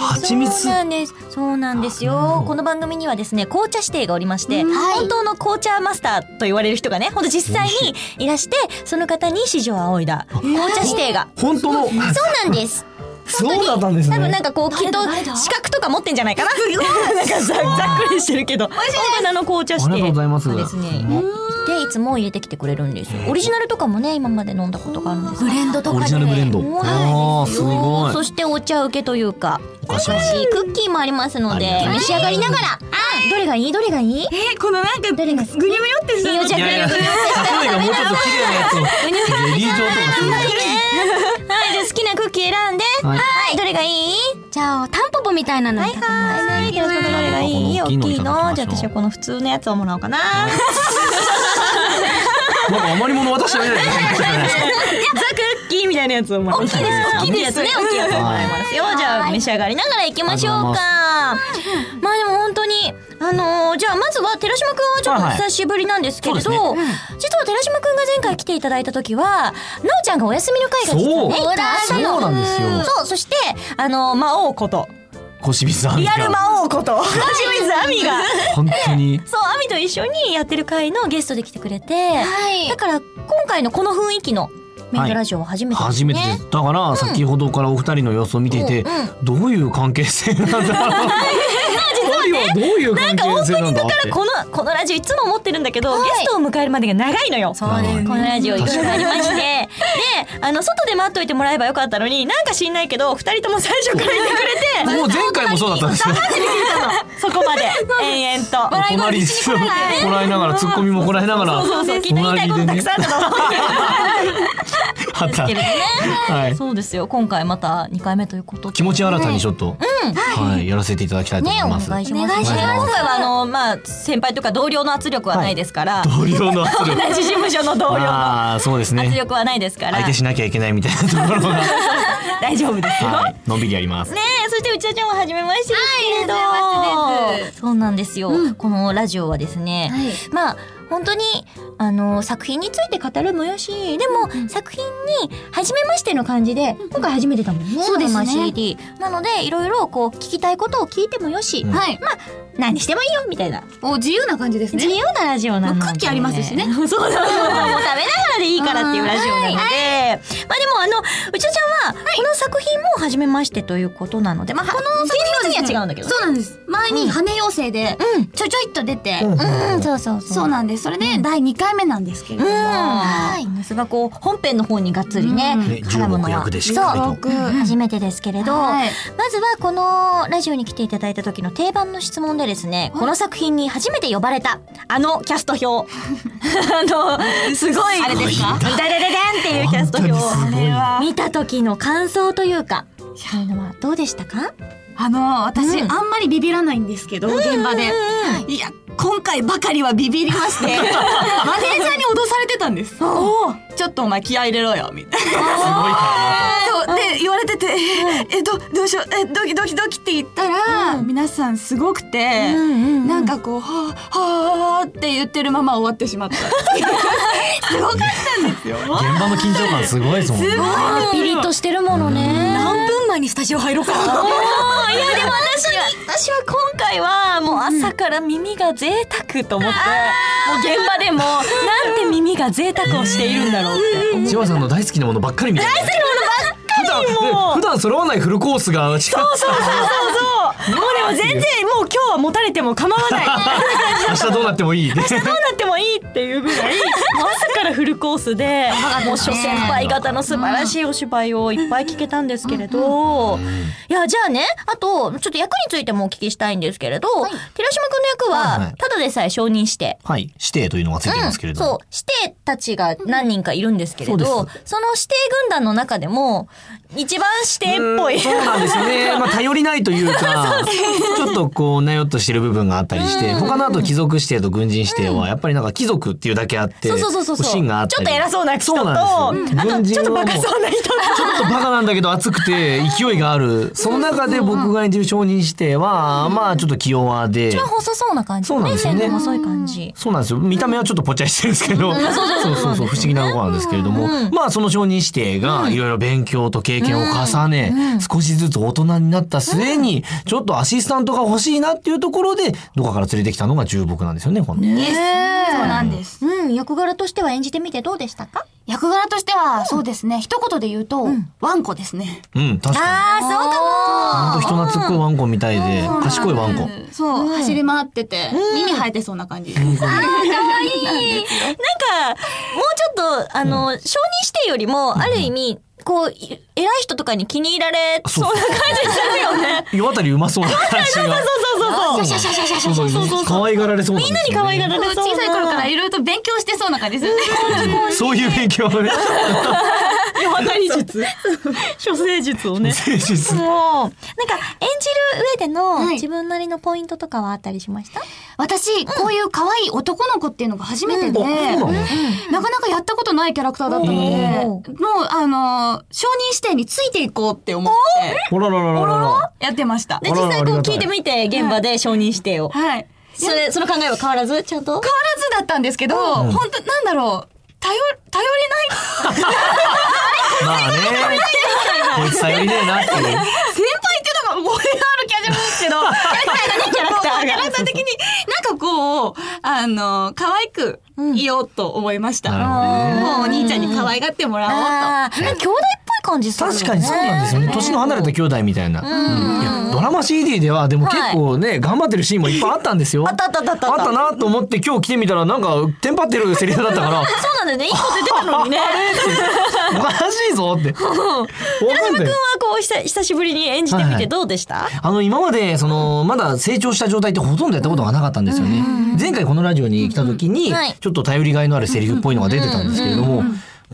蜂蜜そう。なんですそうなんですよこの番組にはですね紅茶指定がおりまして、本当の紅茶マスターと言われる人がねほんと実際にいらしてその方に師匠を仰いだ紅茶指定が本当の。そうなんですそうだったんです多分ねな。んかこうきっと資格とか持ってんじゃないかな なんかざざっくりしてるけど大人の紅茶あ指定りがとうございます。ですねでいつも入れてきてくれるんですよオリジナルとかもね今まで飲んだことがあるんですブレンドとかオリジナルブレンド。はいああ、すごいそ。してお茶受けというかお菓子も美味しいクッキーもありますのでありがと召うし上がりながらどれがいいどれがいいえこのなんかどれが好きグニムよってしいいよじゃあいグやいや、ニュグニュ例えがもうちょっと綺麗なやつを。レディー状とかすはいじゃあ好きなクッキー選んでる。はい。はいどれがいいじゃあタンポポみたいなのはいはい寺島どれがいい大この大きいのきいいただきましょの うじゃあ私はこの普通のやつをもらおうかななんか余り物渡してあげ ないとッキーみたいなやつを大きいです大きいですね大きいやつでございますよじゃあ召し上がりながら行きましょうかまあでも本当にあのーじゃあまずは寺島くんはちょっとはいはい久しぶりなんですけれど、そう実は寺島くんが前回来ていただいた時はなおちゃんがお休みの会が実はねそう行った朝のそうなんですよそうそしてあのー魔王こと小清水さんリアルが魔王ことはじめずあみが本当にそうアミと一緒にやってる会のゲストで来てくれて、だから今回のこの雰囲気のメイドラジオは初めてですね、初めてですだから先ほどからお二人の様子を見ていてどういう関係性なんだ ろう二人はどういう関係性なんだってこのこのラジオいつも思ってるんだけど、ゲストを迎えるまでが長いのよ。うですねこのラジオいろいろありまして、で、あの外で待っといてもらえばよかったのに、なんか知んないけど二人とも最初からいてくれて、もう前回 もそうだったんですよそこまで延々と。隣に座ってこらえながらツッコミもこらえながらそうそう聞いて言いたいことたくさんあったと思うんあったですけれどね。は いそうですよ。今回また二回目ということで。気持ち新たにちょっとはいやらせていただきたいと思いねおま願いすします。今お願いします回はあのまあ先輩とか同僚の圧力はないですから、同僚の圧 力同じ事務所の同僚のああそうです圧ね力はないですから、 相手しなきゃいけないみたいなところが大丈夫ですよ。はいのんびりやりますねえそして内田ちゃんは初めましてですけれど、そうなんですよ、このラジオはですね、まあ本当にあの作品について語るもよしでも、作品に初めましての感じで今回初めてだもんねそうですね CD なのでいろいろこう聞きたいことを聞いてもよし、まあはい。何してもいいよみたいなお自由な感じです自ね。由なラジオなので、まあクッキーありますしね そうそうそうもう食べながらでいいからっていうラジオなので、まあでもあのうちゃちゃんはこの作品も初めましてということなので、まあこの作品別には違うんだけどねそうなんです。前に羽妖精でうんちょちょいっと出て、うん、そうそうそう。そうななんです。それで第2回目なんですけれどうん。も、はい。すがこう本編の方にがっつりね、ね絡むのは16役でしっかりと僕、初めてですけれど、はいまずはこのラジオに来ていただいた時の定番の質問でですね、この作品に初めて呼ばれたあのキャスト 表あのすごいあれですかダダダダンっていうキャスト表本当にすごいあれ見た時の感想というかそういうのはどうでしたかあの私、うんあんまりビビらないんですけど、現場で、いや今回ばかりはビビりまして マネージャーに脅されてたんです。ちょっとお前気合い入れろよみたいな。すごいからそうで言われててええどどうしようえドキドキドキって言ったら、皆さんすごくて、なんかこうはあはあって言ってるまま終わってし まった。すごかったんですよ。な現場の緊張感すごいですもんねピリッとしてるものね。何分前にスタジオ入ろうかな。あいやでも私は私は今回はもう朝から耳が贅沢と思って、もう現場でもなんて耳が贅沢をしているんだろうって思う千葉さんの大好きなものばっかりみたいな大好きなものばっかり普段普段揃わないフルコースがそうそうそうもうでも全然もう今日は持たれても構わ ないどう明日どうなってもいいねなってもいいっていうぐらい朝からフルコースでもう諸先輩方の素晴らしいお芝居をいっぱい聞けたんですけれどいやじゃあねあとちょっと役についてもお聞きしたいんですけれど、寺島君のはいは役はいただでさえ承認して、はい指定というのがついてますけれどそうも師弟たちが何人かいるんですけれど、そそうでの師弟軍団の中でも一番師弟っぽい。そうなんですよね。まあ頼りないというか、ちょっとこうなよっとしてる部分があったりして、他の後貴族指定と軍人指定はやっぱりなんか貴族っていうだけあっ て、そうそうそうそうそう芯があったり、ちょっと偉そうな人とそうなんですよ軍人はもうちょっとバカそうな人、ちょっとバカなんだけど熱くて勢いがある。その中で僕が演じる商人指定は、まあちょっと気弱で、細そうな感じ。そうなんですよね線の細い感じ。そうなんですよ。見た目はちょっとぽっちゃりしてるんですけど、 そうそうそう、不思議な子なんですけれども、まあその承認指定がいろいろ勉強と経験を重ね、少しずつ大人になった末に、ちょっとアシスタントが欲しいなっていうところで、どこかから連れてきたのが重木なんですよね、この。そうなんです。うん、役柄としては演じてみてどうでしたか役柄としては、そうですね。一言で言うと、ワンコですね。うん、確かああ、そうかに。ほんと人懐っこいワンコみたいで、賢いワンコ。そう、走り回ってて、耳生えてそうな感じ。なんか、もうちょっと、あの、承認指定よりも、ある意味、こう、い偉い人とかに気に入られ、そうそうな感じするよ ね。世渡りうまそうな感じが。そうそうそうそう。そうそう。可愛がられそうなんですよ、ね。みんなに可愛がられそう小さい頃からいろいろと勉強してそうな感じですよね。そういう勉強をね。世渡り術 処世術をね誠実もう、なんか演じる上でのはい自分なりのポイントとかはあったりしました、私、こういう可愛い男の子っていうのが初めてで、うんあそうなのなかなかやったことないキャラクターだったので、もう、あのー、承認視点についていこうって思って、ほらららららら。やってました。であ実らら際こう聞いてあみて現場で承認してよ、はい。それその考えは変わらずちゃんと変わらずだったんですけど、本当なんだろう。頼、頼りない。まあね。こいつ頼りねえなっていう。先輩っていうのが俺があるキャラなんで すけど、キャラクターキャがラクター的になんかこう、あの、可愛くいようと思いました。な もうお兄ちゃんに可愛がってもらおうと。あーなんか兄弟っぽい感じするよね確かにそうなんですよね。年の離れた兄弟みたいな。うんいやドラマ CD ではでも結構ね、頑張ってるシーンもいっぱいあったんですよ。あったあったあったあった。なと思って今日来てみたらなんかテンパってるセリフだったから、そうなんだよねいいこと出てた のにねおかしいぞ って。思うんだよ。まあこう久久しぶりに演じてみてどうでした、あの今までそのまだ成長した状態ってほとんどやったことがなかったんですよね。前回このラジオに来た時にはいちょっと頼りがいのあるセリフっぽいのが出てたんですけれども。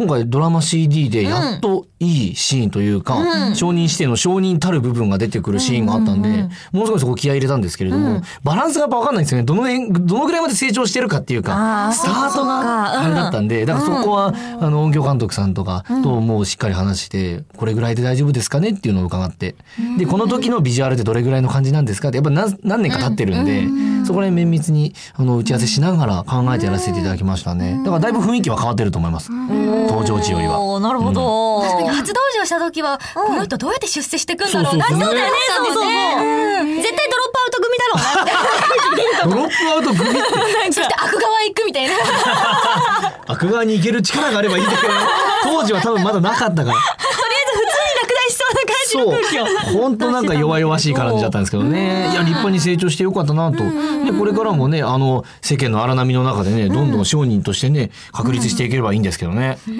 今回ドラマ CD でやっといいシーンというか、承認しての承認たる部分が出てくるシーンがあったんで、もう少しそこ気合い入れたんですけれども、バランスがやっぱわかんないんですよね。どの辺、どのぐらいまで成長してるかっていうか、スタートがあれだったんで、だからそこは、あの、音響監督さんとかともうしっかり話して、これぐらいで大丈夫ですかねっていうのを伺って、で、この時のビジュアルってどれぐらいの感じなんですかって、やっぱ何何年か経ってるんで、そこら辺綿密に、あの、打ち合わせしながら考えてやらせていただきましたね。だからだいぶ雰囲気は変わってると思います。登場時よりは。おーなるほど、確かに初登場した時は、この人どうやって出世していくんだろうな。そうそうそうだよね、そうそう絶対ドロップアウト組だろうなドロップアウトグミって、そして悪側へ行くみたいな。悪側に行ける力があればいいんだけど、当時は多分まだなかったから。拡大しそうなそう感じの空気を。本当なんか弱々しい感じだったんですけどね。いや、立派に成長してよかったなと。で、これからもね、あの、世間の荒波の中でね、どんどん商人としてね、確立していければいいんですけどね。うん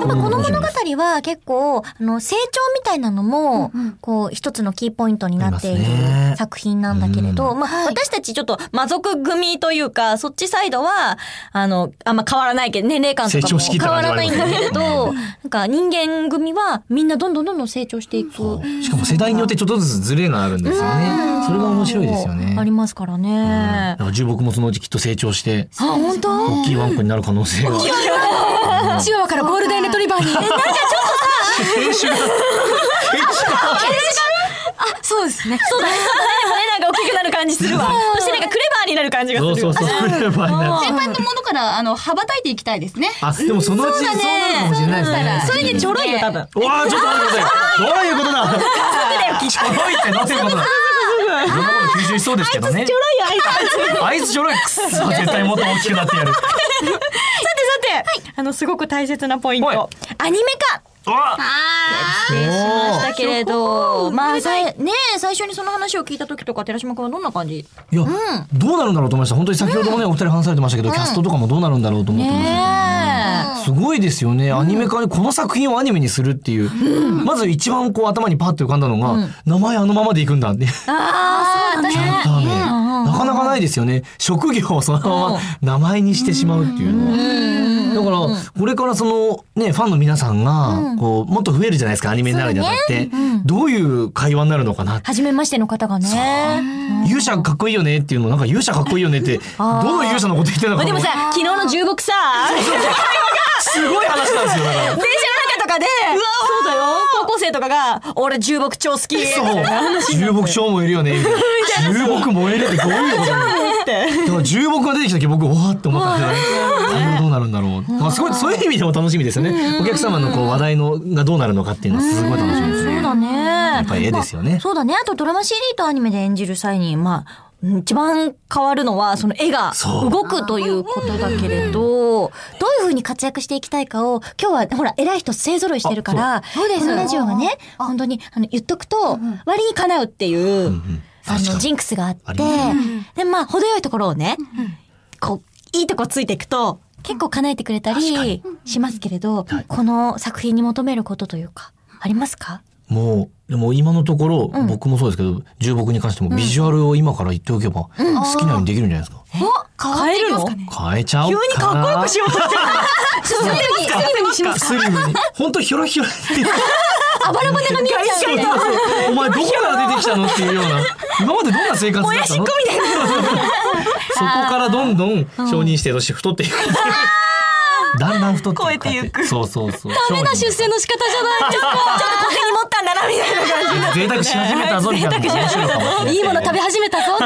やっぱこの物語は結構、あの、成長みたいなのも、こう、一つのキーポイントになっていあるりますね作品なんだけれど、まあ、私たちちょっと魔族組というか、そっちサイドは、あの、あんま変わらないけど、年齢感と成か長もしきっ変たわ感じらはあなりいんますねだけれど、なんか人間組はみんなどんどんどんどん成長していく。そうしかも世代によってちょっとずつズレがあるんですよね。それが面白いですよね。ありますからうんだね。から重木もそのうちきっと成長して、あ、本当大きいワンコになる可能性が。チワワからゴールデンレトリバーに。編集がそうです ね。そうだね。なんか大きくなる感じするわ。そしてなんかクレバーになる感じがすそうるそうわ。そう。クレバーになる先輩のものから、あの、羽ばたいていきたいですね。あ、でもそのうちそうなるかもしれないですね。それにちょろいよ、 多分。うわあちょっと待ってください。どういうことだ。ちょろいってなってることだ。いろんなもの吸収しそうですけどね。ちょろいよ、あいつ。あいつちょろい。くっそ絶対もっと大きくなってやる。さてさて、あの、すごく大切なポインはいト。アニメ化あだけれど、まあ、さいねえ最初にその話を聞いた時とか、寺島君はどんな感じいや、どうなるんだろうと思いました。本当に先ほどもね、お二人話されてましたけど、キャストとかもどうなるんだろうと思ってました。ねすごいですよね。アニメ化に、この作品をアニメにするっていう。まず一番こう頭にパッと浮かんだのが、名前あのままでいくんだって。ああ、キャラクター名なかなかないですよね。職業をそのまま名前にしてしまうっていうのは。だから、これからその、ね、ファンの皆さんが、こう、もっと増えるじゃないですか、アニメになるにあたって。どういう会話になるのかなって。初めましての方がね。勇者かっこいいよねっていうの、なんか勇者かっこいいよね って、どの勇者のこと言ってるのまかあでもさ、昨日の重木さ、電車のすごい話なんですよ、だ から。中とかで、そうだよ、高校生とかが、俺重木超好き。 そう。重木超燃えるよね。 みたいな重木燃えるってどういうことなのでも重木が出てきた時僕、わーって思ったんですよね。今後どうなるんだろう。まあ、すごい、そういう意味でも楽しみですよね。お客様のこう話題のがどうなるのかっていうのはすごい楽しみですね。だやねっ。ぱり絵ですよね。そうだね。あとドラマ CD とアニメで演じる際に、まあ、うん一番変わるのは、その絵がそう動くということだけれど、どういうふうに活躍していきたいかを、今日は、ほら、偉い人勢揃いしてるから、このラジオがね、本当に、あの、言っとくと、割に叶うっていう、あ確かの、にジンクスがあってありま、で、まあ、程よいところをね、こう、いいとこついていくと、結構叶えてくれたりしますけれど、この作品に求めることというか、ありますかもう、でも今のところ、僕もそうですけど、重木に関してもビジュアルを今から言っておけば、好きなようにできるんじゃないですか。変えるの変えちゃおうかな。急にかっこよくしようとしてる。スリムに。ほんとヒョロヒョロって。 暴れ骨が見えちゃうお前どこから出てきたのっていうような。今までどんな生活だったのやしっこみた いな。そこからどんどん承認してとして太ってい く。だんだん太っていく。超えていく。そうそうそう。ダメな出世の仕方じゃないですかちょっと小銭持ったんだなみたいな感贅沢し始めたぞみたいなのも面白いかもしれ ない。いいもの食べ始めたぞって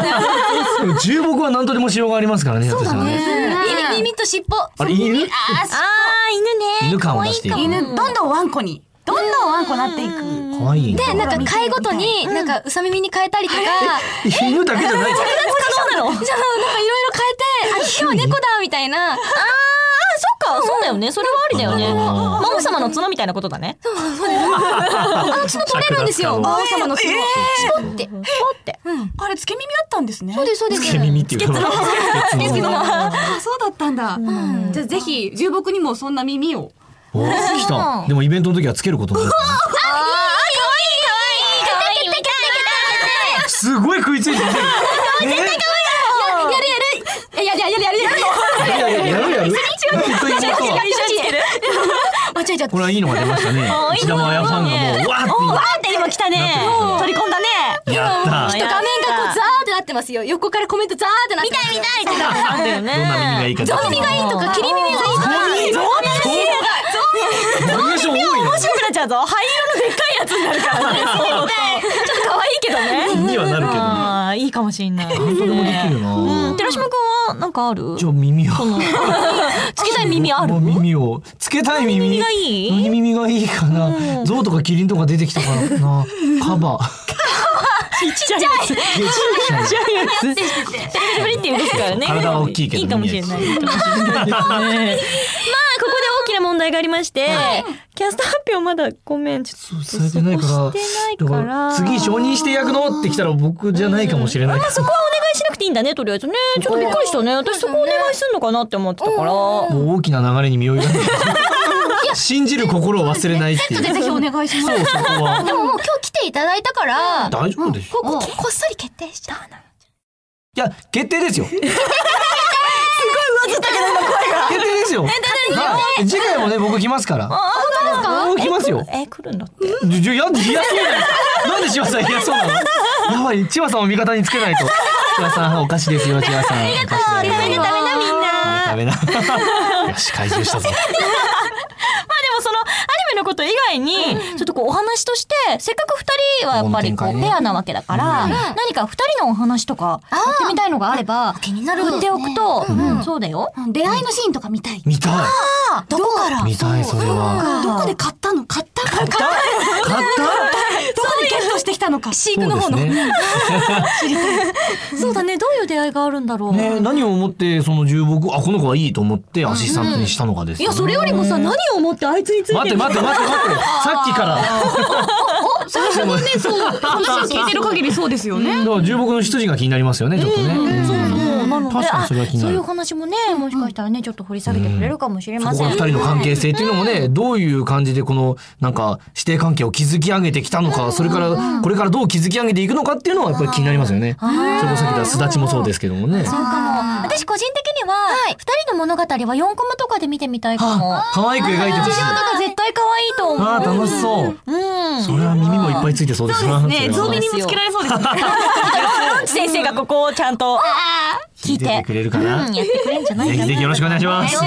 でも重木は何とでもしようがありますからね。そうだね。耳耳と尻尾あれ犬あー、犬ね。犬感を出していく。犬どんどんワンコにどんどんワンコになっていく可愛いね。でなんか会ごとになんかうさ耳に変えたりとか、犬だけじゃ そうなのじゃあない。なんかいろいろ変えてあ今日は猫だみたいなそっか、そうだよね。それはありだよね。うん魔王様の角みたいなことだね。あちょっと取れるんですよあ魔王様の角えポってポってあれつけ耳だったんですねそうですそうですつけ耳っていうか。ですけどもあそうだったんだ、じゃあぜひ重木にもそんな耳をお来た。でもイベントの時はつけることになったね。すごい食いついてきてる。いやいやいやいやいやいやいやいややるやる。一緒に間違えちゃったこれはいいのが出ましたね。一田真彩ファンがもうわーって今わーって今来たね。取り込んだね。やった。画面がこうザーってなってますよ横からコメントザーってなってます見たい見たいあだよどんな耳がいいか。ゾンビがいいとか切り耳がいいとかいい。ゾンビがいい。ゾンビ。ゾンビ。バリエーション多いね。白くなっちゃうぞ。灰色のでっかいやつになるからね。ちょっと可愛いけどね。にはなるけどねあーいいかもしれない。本当でもできるな。寺島くんはなんかある？じゃあ耳を。つけたい耳ある？もう耳をつけたい耳。耳がいい何耳がいいかな。象とかキリンとか出てきたから な。カバ。ちっちゃい。ちっちゃいやつ。ペリペリって言うんですからね。体は大きいけどいいかもしれない。いいかもしれないですねまあここで大きな問題がありまして、キャスト発表まだごめんちょっとされてないから。そこしてないかだら。ら次承認して役のってきたら僕じゃないかもしれない。そこはお願いしなくていいんだねとりあえずねちょっとびっくりしたね私そこお願いすんのかなって思ってたからもう大きな流れに身を 委ねて。信じる心を忘れないっていう。ぜひお願いしますそうそこはでももう今日来ていただいたから大丈夫でしょ。こここっそり決定したいや決定ですよ。すごい上ずったけど今声が。決定ですよ。はい次回もね僕来ますから。本当ですか。来ますよ。え来るんだってじゃじゃや嫌そうだよ。なんで千葉さん嫌そうなの。やばい千葉さんを味方につけないと。千葉さんお菓子ですよ千葉さん。ありがとう。食べなみんな。食べな。よし回収したぞ。まあでもそのアニメのこと以外に、ちょっとこうお話としてせっかく二人はやっぱりここの展開うねペアなわけだから、何か二人のお話とかやってみたいのがあれば気になる振っておくと、うんそうだよ出会いのシーンとか見たい見たい。どこから見たいそれは。どこで買ったの買った買った買った。どこでゲットしてきたのか飼育そうので方すのね。そうだねどういう出会いがあるんだろう、ね何を思ってその重木あこの子はいいと思ってアシスタントにしたのかですよね。よりもさ何を思ってあいつにつ待って待って待って待ってさっきから最初にねそう話を聞いてる限りそうですよね、だから重木の羊が気になりますよねちょっとね。そうなので確かにあそれは気にそなるういうお話もねもしかしたらねちょっと掘り下げてくれるかもしれそまこせかん、ら二人の関係性っていうのもね、どういう感じでこのなんか師弟関係を築き上げてきたのか、それからこれからどう築き上げていくのかっていうのはやっぱり気になりますよね。それこそさっき言ったすだちもそうですけどもね。私個人的には、二人の物語は4コマとかで見てみたいかも。あ可愛く描いてほしい。なんあか絶対可愛いと思う。あ楽しそう。うん。それは耳もいっぱいついてそうですな。ねそれゾはンビにもつけられそう ですね先生がここをちゃんと聞聞いいてててくれるかな。うんぜやってくれるんじゃないかひな。ぜひよろしくお願いします。は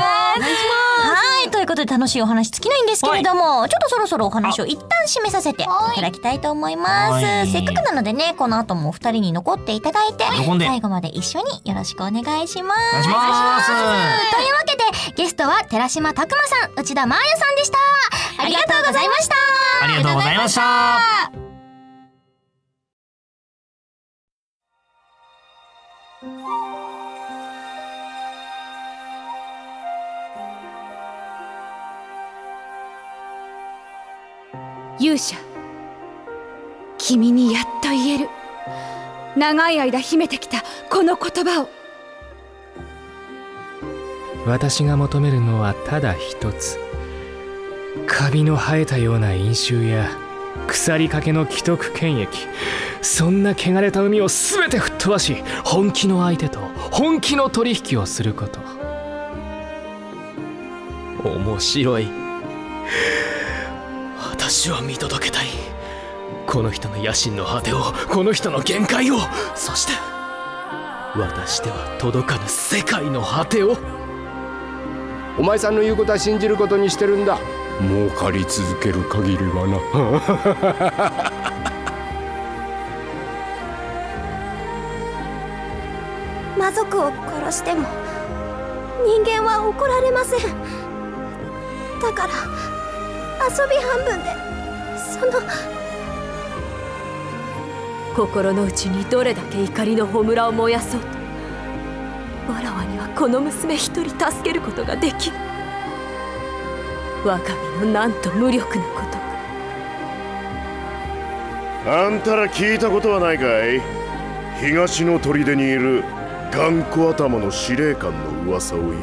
い。ということで楽しいお話尽きないんですけれども、ちょっとそろそろお話を一旦締めさせていただきたいと思いまはす。いせっかくなのでね、この後もお二人に残っていただいて、残んで最後まで一緒によろしくお願いしまお願いしす。ます。というわけでゲストは寺島拓磨さん内田真彩さんでしたありがとうございましたありがとうございました。勇者君にやっと言える長い間秘めてきたこの言葉を私が求めるのはただ一つカビの生えたような飲酒や鎖掛けの既得権益そんな汚れた海を全て吹っ飛ばし本気の相手と本気の取引をすること面白い私は見届けたいこの人の野心の果てをこの人の限界をそして私では届かぬ世界の果てをお前さんの言うことは信じることにしてるんだ儲かり続ける限りはな魔族を殺しても人間は怒られませんだから遊び半分でその心の内にどれだけ怒りの祠を燃やそうとわらわにはこの娘一人助けることができん我が身のなんと無力なことあんたら聞いたことはないかい東の砦にいる頑固頭の司令官の噂をよ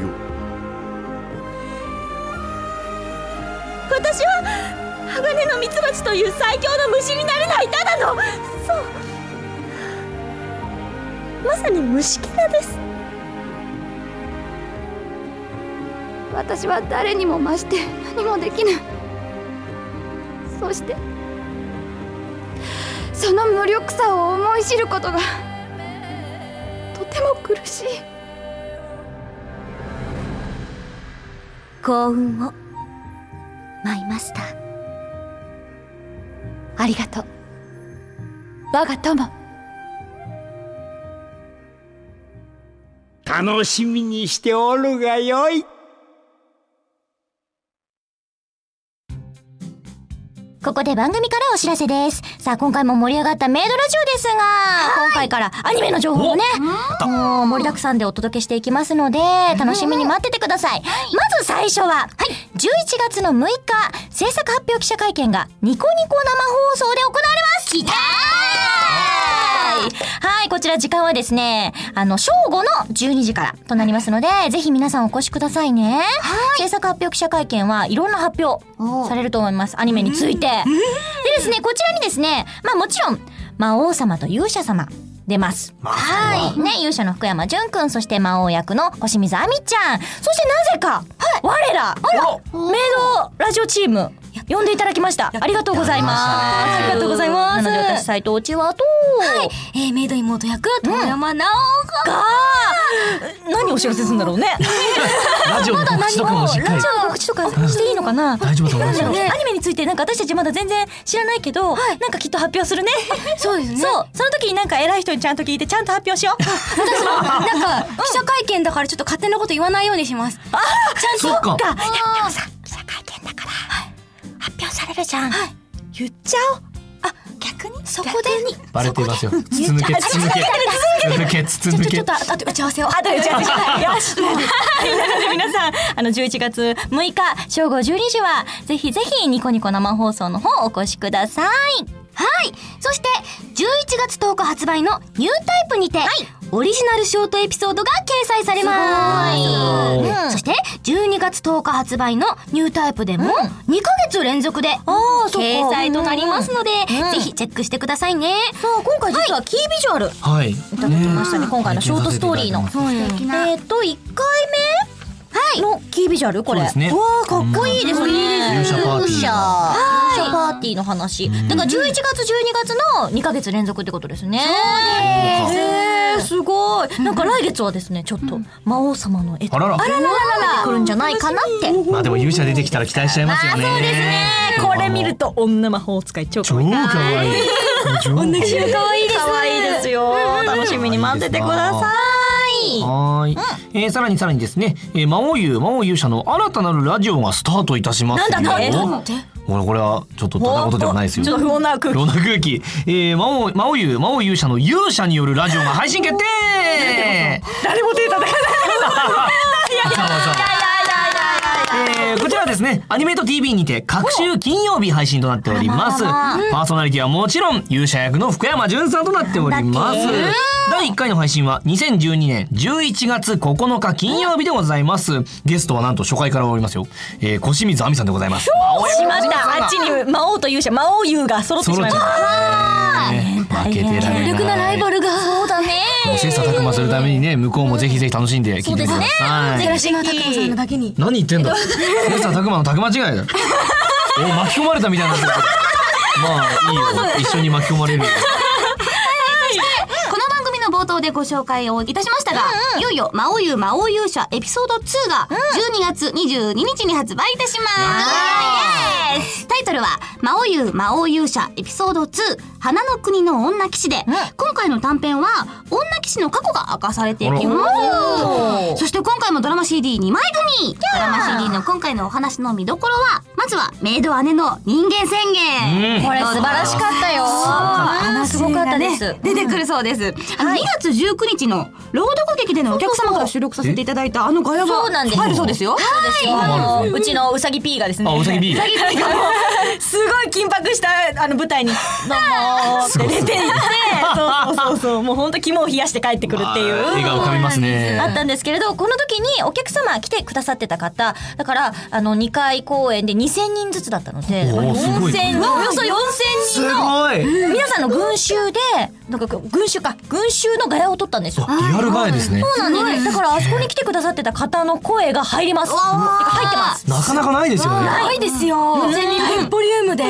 私は鋼のミツバチという最強の虫になれないただのそうまさに虫けらです私は誰にも増して何もできないそしてその無力さを思い知ることがとても苦しい幸運を舞いましたありがとう我が友楽しみにしておるがよいここで番組からお知らせです。さあ、今回も盛り上がったメイドラジオですが、今回からアニメの情報をね、もう盛りだくさんでお届けしていきますので、楽しみに待っててください。まず最初は、11月の6日、制作発表記者会見がニコニコ生放送で行われます来たはい、はい、こちら時間はですね、あの、正午の12時からとなりますので、ぜひ皆さんお越しくださいね。制作発表記者会見はいろんな発表されると思います。アニメについて。でですね、こちらにですね、まあもちろん、魔王様と勇者様。出ます。はい。ね、勇者の福山潤くん、そして魔王役の小清水亜美ちゃん、そしてなぜか、我ら、メイドラジオチーム、呼んでいただきました。ありがとうございます。ありがとうございます。なので私、斎藤千和と、えーメイド妹役遠山直子が、何お知らせするんだろうね。ラジオの告知とかもしっかりラジオの告知とかしていいのかな。大丈夫だと思いますよなんろうアニメについてなんか私たちまだ全然知らないけど、なんかきっと発表するね。そうですね。そう、その時になんか偉い人にちゃんと聞いてちゃんと発表しよう。 私もなんか記者会見だからちょっと勝手なこと言わないようにしますあちそゃっんとかいやでもさ発表されるじゃん。言っちゃおう。あ、逆にそこでに。バレていますよ。筒抜け、筒抜け、筒抜け、筒抜ちょけっ。とあと打ち合わせを。あと打ち合わせよし。はいなので皆さん あの11月6日正午12時はぜひぜひニコニコ生放送の方お越しください。はいそして11月10日発売のニュータイプにて、オリジナルショートエピソードが掲載されますすごいそして12月10日発売のニュータイプでも2ヶ月連続でそっか掲載となりますので、うんぜひチェックしてくださいねそう今回実はキービジュアル、はい。いただきましたね今回のショートストーリーの。えっと1回目のキービジュアルこれ。そうですねわあかっこいいですね。勇者パーティー勇者はい勇者パーティーの話。だから11月12月の2ヶ月連続ってことですね。そうですえーすごい。なんか来月はですねちょっと魔王様の絵とあららあらららら来るんじゃないかなって。まあでも勇者出てきたら期待しちゃいますよね。そうですね。これ見ると女魔法使い超超可愛い。超可愛い。いです。可愛いですよ。楽しみに待っててください。はーい、えーさらにさらにですね、えー、魔王優魔王勇者の新たなるラジオがスタートいたしますよてこれこれはちょっとただことではないですよちょっと不穏な空い気ろんな空気、えー、魔王魔王優魔王勇者の勇者によるラジオが配信決定誰も手叩かないえーこちらはですね、アニメイト TV にて各週金曜日配信となっております。あらららパーソナリティはもちろん勇者役の福山潤さんとなっておりまなんすだっけ。第1回の配信は2012年11月9日金曜日でございます。ゲストはなんと初回からおりますよ。えー、小清水亜美さんでございます。しまったあっちに魔王と勇者魔王優が揃ってしまいましたね負けてられない。ルがそうだねもう切磋琢磨するためにね、向こうもぜひぜひ楽しんで聞いてください。私が拓磨さんのだけに何言ってんだ。えっと。切磋琢磨の琢磨違いだよ。お巻き込まれたみたいになってるけど。まあいいよ。一緒に巻き込まれるよ。そしてこの番組の冒頭でご紹介をいたしましたが、いよいよ魔王優魔王勇者エピソード2が12月22日に発売いたします、イエーイタイトルは魔王優魔王勇者エピソード2花の国の女騎士で、今回の短編は女騎士の過去が明かされていきまあらおーすそして今回もドラマ CD2 枚組ドラマ CD の今回のお話の見どころはまずはメイド姉の人間宣言、うんこれ素晴らしかったよ話すごかったです出てくるそうです、あの2月19日の朗読劇でのお客様から収録させていただいたあのガヤがそうなんです入るそうですよそうですよあのうちのうさぎ P がですねあうさぎ P うさぎ P がもうすごい緊迫したあの舞台にどうもって出て行ってそうそうそうそうもう本当肝を冷やして帰ってくるっていうあー笑顔浮かびますねあったんですけれどこの時にお客様来てくださってた方だからあの2回公演で2000人ずつだったのでおーす4000ごい人うわおよそ4000人のすごい皆さんの群衆でなんか群衆か群衆の柄を取ったんですよリアルガヤですねそうなんですだからあそこに来てくださってた方の声が入りますてか入ってますなかなかないですよね。ないですよ。うん大ボリュームで。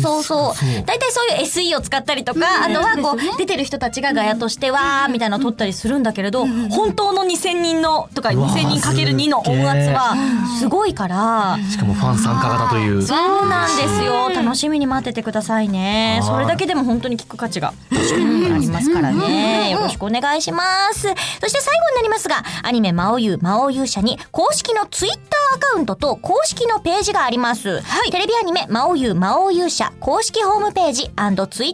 そうそうそう。大体そういう SE を使ったりとか、あうんとはこう、出てる人たちがガヤとしてわーみたいなの撮ったりするんだけれど、本当の2000人のとかうわー2000人かける2の音圧はすごいから、しかもファン参加型という。そうなんですよ。楽しみに待っててくださいね。はいそれだけでも本当に聞く価値がうんありますからね。よろしくお願いします。そして最後になりますが、アニメ魔王優魔王勇者に公式のツイッターアカウントと公式のページがあります。テレビアニメ魔王優魔王勇者公式ホームページツイッ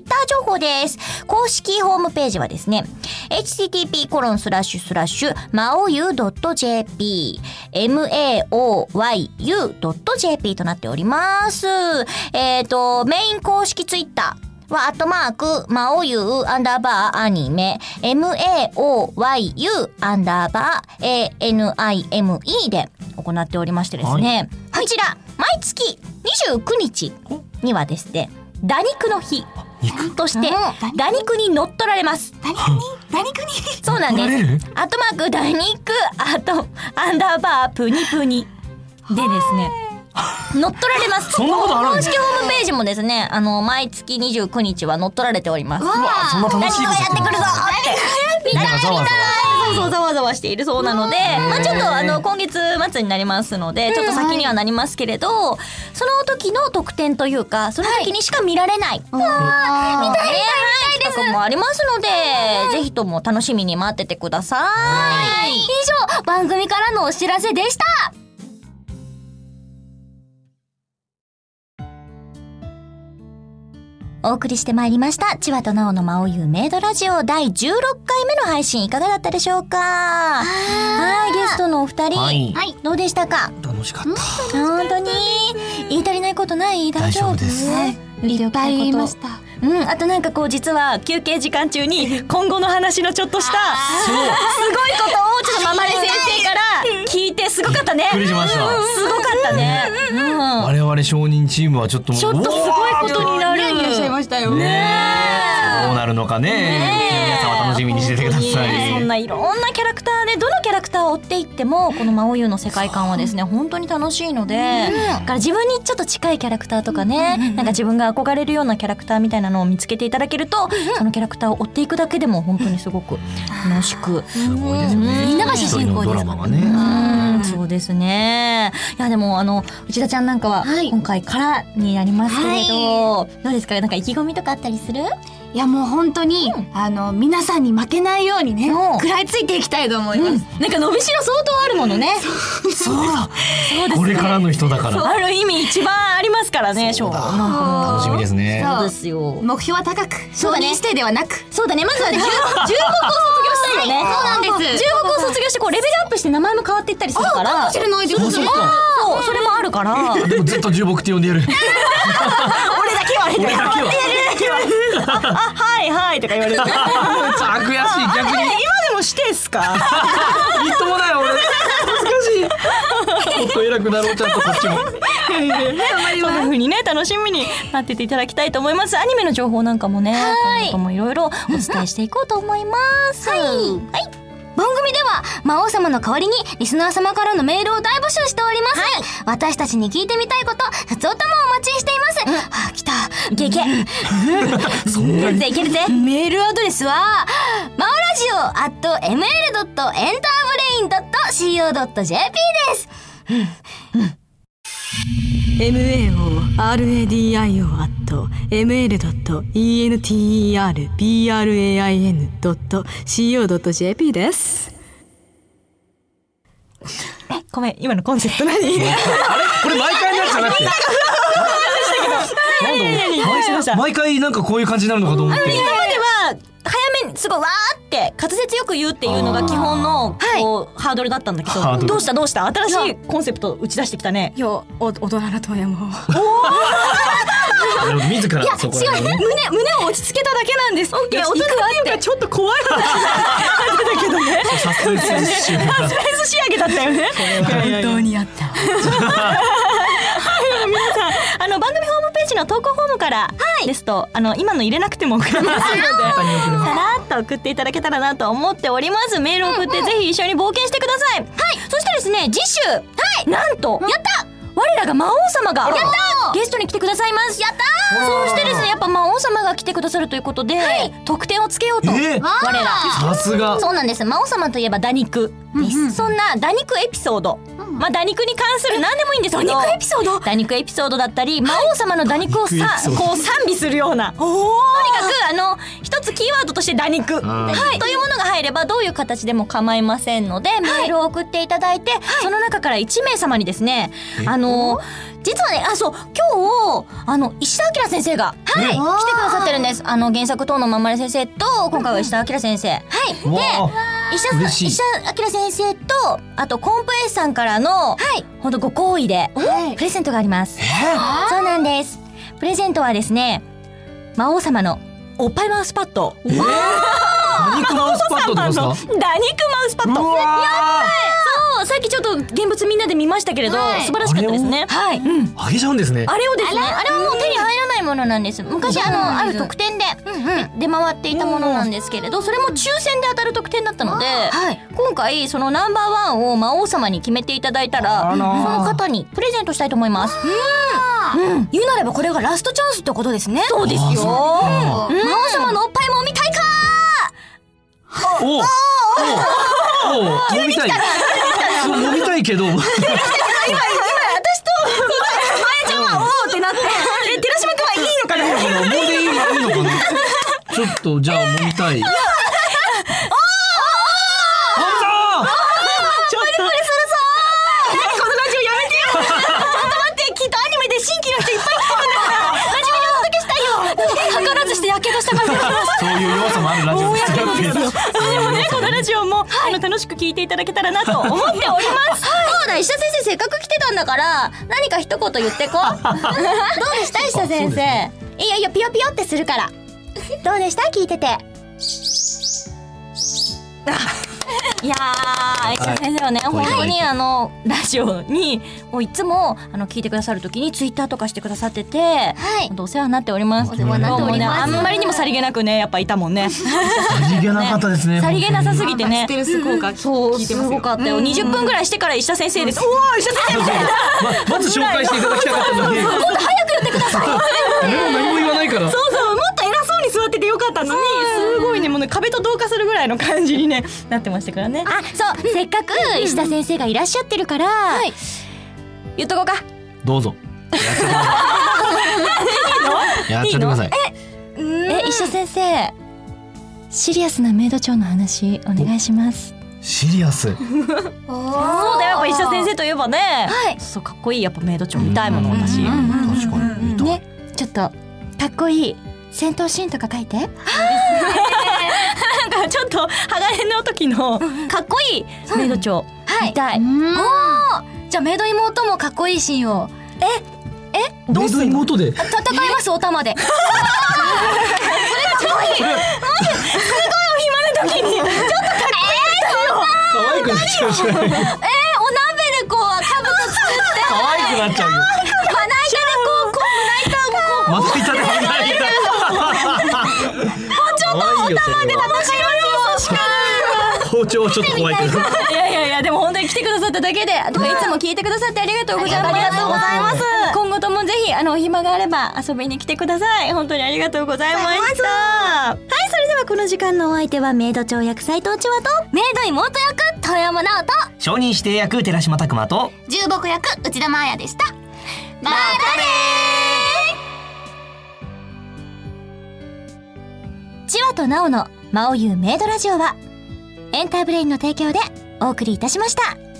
ター情報です。公式ホームページはですね、http コロンスラッシュスラッシュ、まおゆ .jp、maoyu.jp となっております。えっ、と、メイン公式ツイッター。は、アットマーク、まおゆアンダーバーアニメ、maoyu アンダーバー anime で行っておりましてですね、こちら、毎月29日にはですね、打肉の日として、打肉に乗っ取られます。打肉に打肉にそうなんで乗っ取られるす。アットマーク、打肉、アット、アンダーバー、プニプニ。でですね。乗っ取られます。 そんなことあるん公だ式ホームページもですね、あの毎月29日は乗っ取られております。うわそんな楽しいこと何かやってくるぞって。見たいなんかざわざわそうそうざわざわしているそうなので、まあちょっとあの今月末になりますので、ちょっと先にはなりますけれど、その時の特典というか、その時にしか見られない。見たい見たい見たいです。もありますので、ぜひとも楽しみに待っててください。以上番組からのお知らせでした。お送りしてまいりました。千葉と奈緒の魔王ゆうメイドラジオ第16回目の配信いかがだったでしょうかはい、ゲストのお二人、はいどうでしたか楽しかった。本当に言い足りないことない大丈夫大丈夫ですいっぱい言いましたうん、あとなんかこう実は休憩時間中に今後の話のちょっとしたすごいことをちょっとままり先生から聞いてすごかったね。びっくりしましたうんすごかったね。うん我々商人チームはちょっともうちょっとすごいことになる。いらっしゃいましたよ。どうなるのかね。皆さんは楽しみにしててくださそんい。ないろんなキャラクターでどのキャラクターを追っていってもこの「魔王優」の世界観はですね本当に楽しいので、だから自分にちょっと近いキャラクターとかね、なんか自分が憧れるようなキャラクターみたいなのを見つけていただけると、そのキャラクターを追っていくだけでも本当にすごく楽しく。すごいですね。みんなが主一人人の公ドでラすマがね。うんそうですね。いやでもあの内田ちゃんなんかは今回からになりますけれど、どうですかなんか意気込みとかあったりする？いやもう本当に、あの皆さんに負けないようにね食らいついていきたいと思います、なんか伸びしろ相当あるものね。そうだ。そうですねこれからの人だかそうら。ある意味一番ありますからね、賞は。なんかもう楽しみですね。そうですよ。目標は高くそうだね指定ではなく そうだね、まずはね、15 15校卒業したですよね、はいそうなんです中学を卒業してこうレベルアップして名前も変わっていったりするからあかもしれないですねそうそうそうそうそれもあるから 俺だでもずっと重木って呼んでやる。けはあれだ俺だけは俺だけはああはいはいとか言われてあ悔しい逆にえ今でもしてっすか みっともない俺恥ずかしいもっと偉くなろうちゃんとこっちも頑張ります。そんな風にね楽しみに待ってていただきたいと思います。アニメの情報なんかもね、はい、ともいろいろお伝えしていこうと思います。はい。はい。番組では魔王様の代わりにリスナー様からのメールを大募集しております、私たちに聞いてみたいことふつおたもお待ちしています、はあ来たいけいけいけるぜいけるぜメールアドレスはマオラジオ at ml.enterbrain.co.jp です mao.radio.ml.enterbrain.co.jp です。ごめん今のコンセプト何？あれこれ毎回のやつじゃなくてなんだいやいやいや毎回毎回なんかこういう感じになるのかと思って今までは早めにすごいわーって滑舌よく言うっていうのが基本のこうハードルだったんだけハードど、ルどうしたどうした新しいコンセプト打ち出してきたね。よお大人のとやも。自いやらそこら違う辺ね胸胸を落ち着けただけなんです。いや大人っていうかちょっと怖い話だけどね。サスペンス仕上げサスペンス仕上げだったよ ね。本当にやった。はい皆さんあの番組ホームページの投稿フォームからですと、あの今の入れなくても送れますのでさらっと送っていただけたらなと思っておりますメールを送って、ぜひ一緒に冒険してくださいはいそしてですね次週はいなんとやった我らが魔王様がやったゲストに来てくださいますやったそしてですねやっぱ魔王様が来てくださるということで、得点をつけようと、えー我らさすがそうなんです魔王様といえば打肉です、そんな打肉エピソード、まあ打肉に関する何でもいいんですけど打肉エピソード打肉エピソードだったり魔王様の打肉をさ、打肉エピソードこう賛美するようなとにかくあの一つキーワードとして打肉、はい、というものが入ればどういう形でも構いませんので、メールを送っていただいて、その中から1名様にですねあの実はねあそう今日あの石田明先生が、はい、来てくださってるんですあの原作等のまんまる先生と今回は石田明先生、はいで石田さん嬉しい石田明先生とあとコンプエイさんからの、ほんとご好意で、プレゼントがあります、そうなんですプレゼントはですね魔王様のおっぱいマウスパッド、打肉マウスパッドってことでダニすかクマウスパッド。やったそう、さっきちょっと現物みんなで見ましたけれど、素晴らしかったですね。はい。うんあげちゃうんですねあれをですね、あれはもう手に入らないものなんです。昔あのある特典で出回っていたものなんですけれど、それも抽選で当たる特典だったので、今回そのナンバーワンを魔王様に決めていただいたら、その方にプレゼントしたいと思います。うん、言うなればこれがラストチャンスってことですね。そう ですよ。魔王様のおっぱいも見たいか。おうおうおう飲みたいそう飲みたいけど今私とまやちゃんはおおって なってえ寺島君はいいのかなもうでいいのかなちょっとじゃあ飲みたいあちょっとプリプリするぞ何このラジオやめてよちょっと待ってきっとアニメで新規の人いっぱい来てるんだから真面目にお届けしたいよ図らずしてやけどした感じがしますそういう要素もあるラジオですよでもねこのラジオも、あの楽しく聞いていただけたらなと思っております、そうだ石田先生せっかく来てたんだから何か一言言ってこどう でした石田そうで先す生、いやいやピヨピヨってするからどうでした聞いてていやー、石田先生はね、はい本当はにいあの、ラジオに、もういつも、あの、聞いてくださるときに、ツイッターとかしてくださってて、本当お世話になっております。お世話になっておりますあんまりにもさりげなくね、やっぱいたもんね。さりげなかったですねさりげなさすぎてね。ステルス効果そう、聞いてすますよごかったよ。うん20分ぐらいしてから石田先生です。おー、石田 先生みたいな。ままず紹介していただきたかったのにもっと早く言ってください。俺も何も言わないからそうそう、もっと偉そうに座っててよかったのに、すごいね、もうね、壁と同化するぐらいの感じにね、なってましたからね。あ、そう、せっかく石田先生がいらっしゃってるから、言っとこうか。どうぞやっちゃってくださいえ、石田先生。シリアスなメイド長の話お願いします。シリアスそうだよ、やっぱ石田先生といえばね。そう、かっこいい、やっぱメイド長みたいもの、私。確かに。ね、ちょっと、かっこいい戦闘シーンとか書いて。なんかがちょっと鋼の時のかっこいいメイド長みたい、おおじゃあメイド妹もかっこいいシーンをええどうする妹で戦いますお 玉でそれかっこいいなんですごいお暇な時にちょっとかっこいいですよ可愛くなっちゃうじゃないえー、お鍋でこうかぶと作って可愛くなっちゃうよ まな板でこうこうままな板をこうたいただきたい包丁とお玉で戦いますよ包丁ちょっと怖いけ どいやいやいやでも本当に来てくださっただけでとかいつも聞いてくださってありがとうございますありがとうございます今後ともぜひあのお暇があれば遊びに来てください本当にありがとうございましたはいそれではこの時間のお相手はメイド長役斎藤千和とメイド妹役遠山直人承認指定役寺島拓磨と重木役内田真彩でしたまたね千和と奈緒の「真央優メイドラジオは」エンターブレインの提供でお送りいたしました。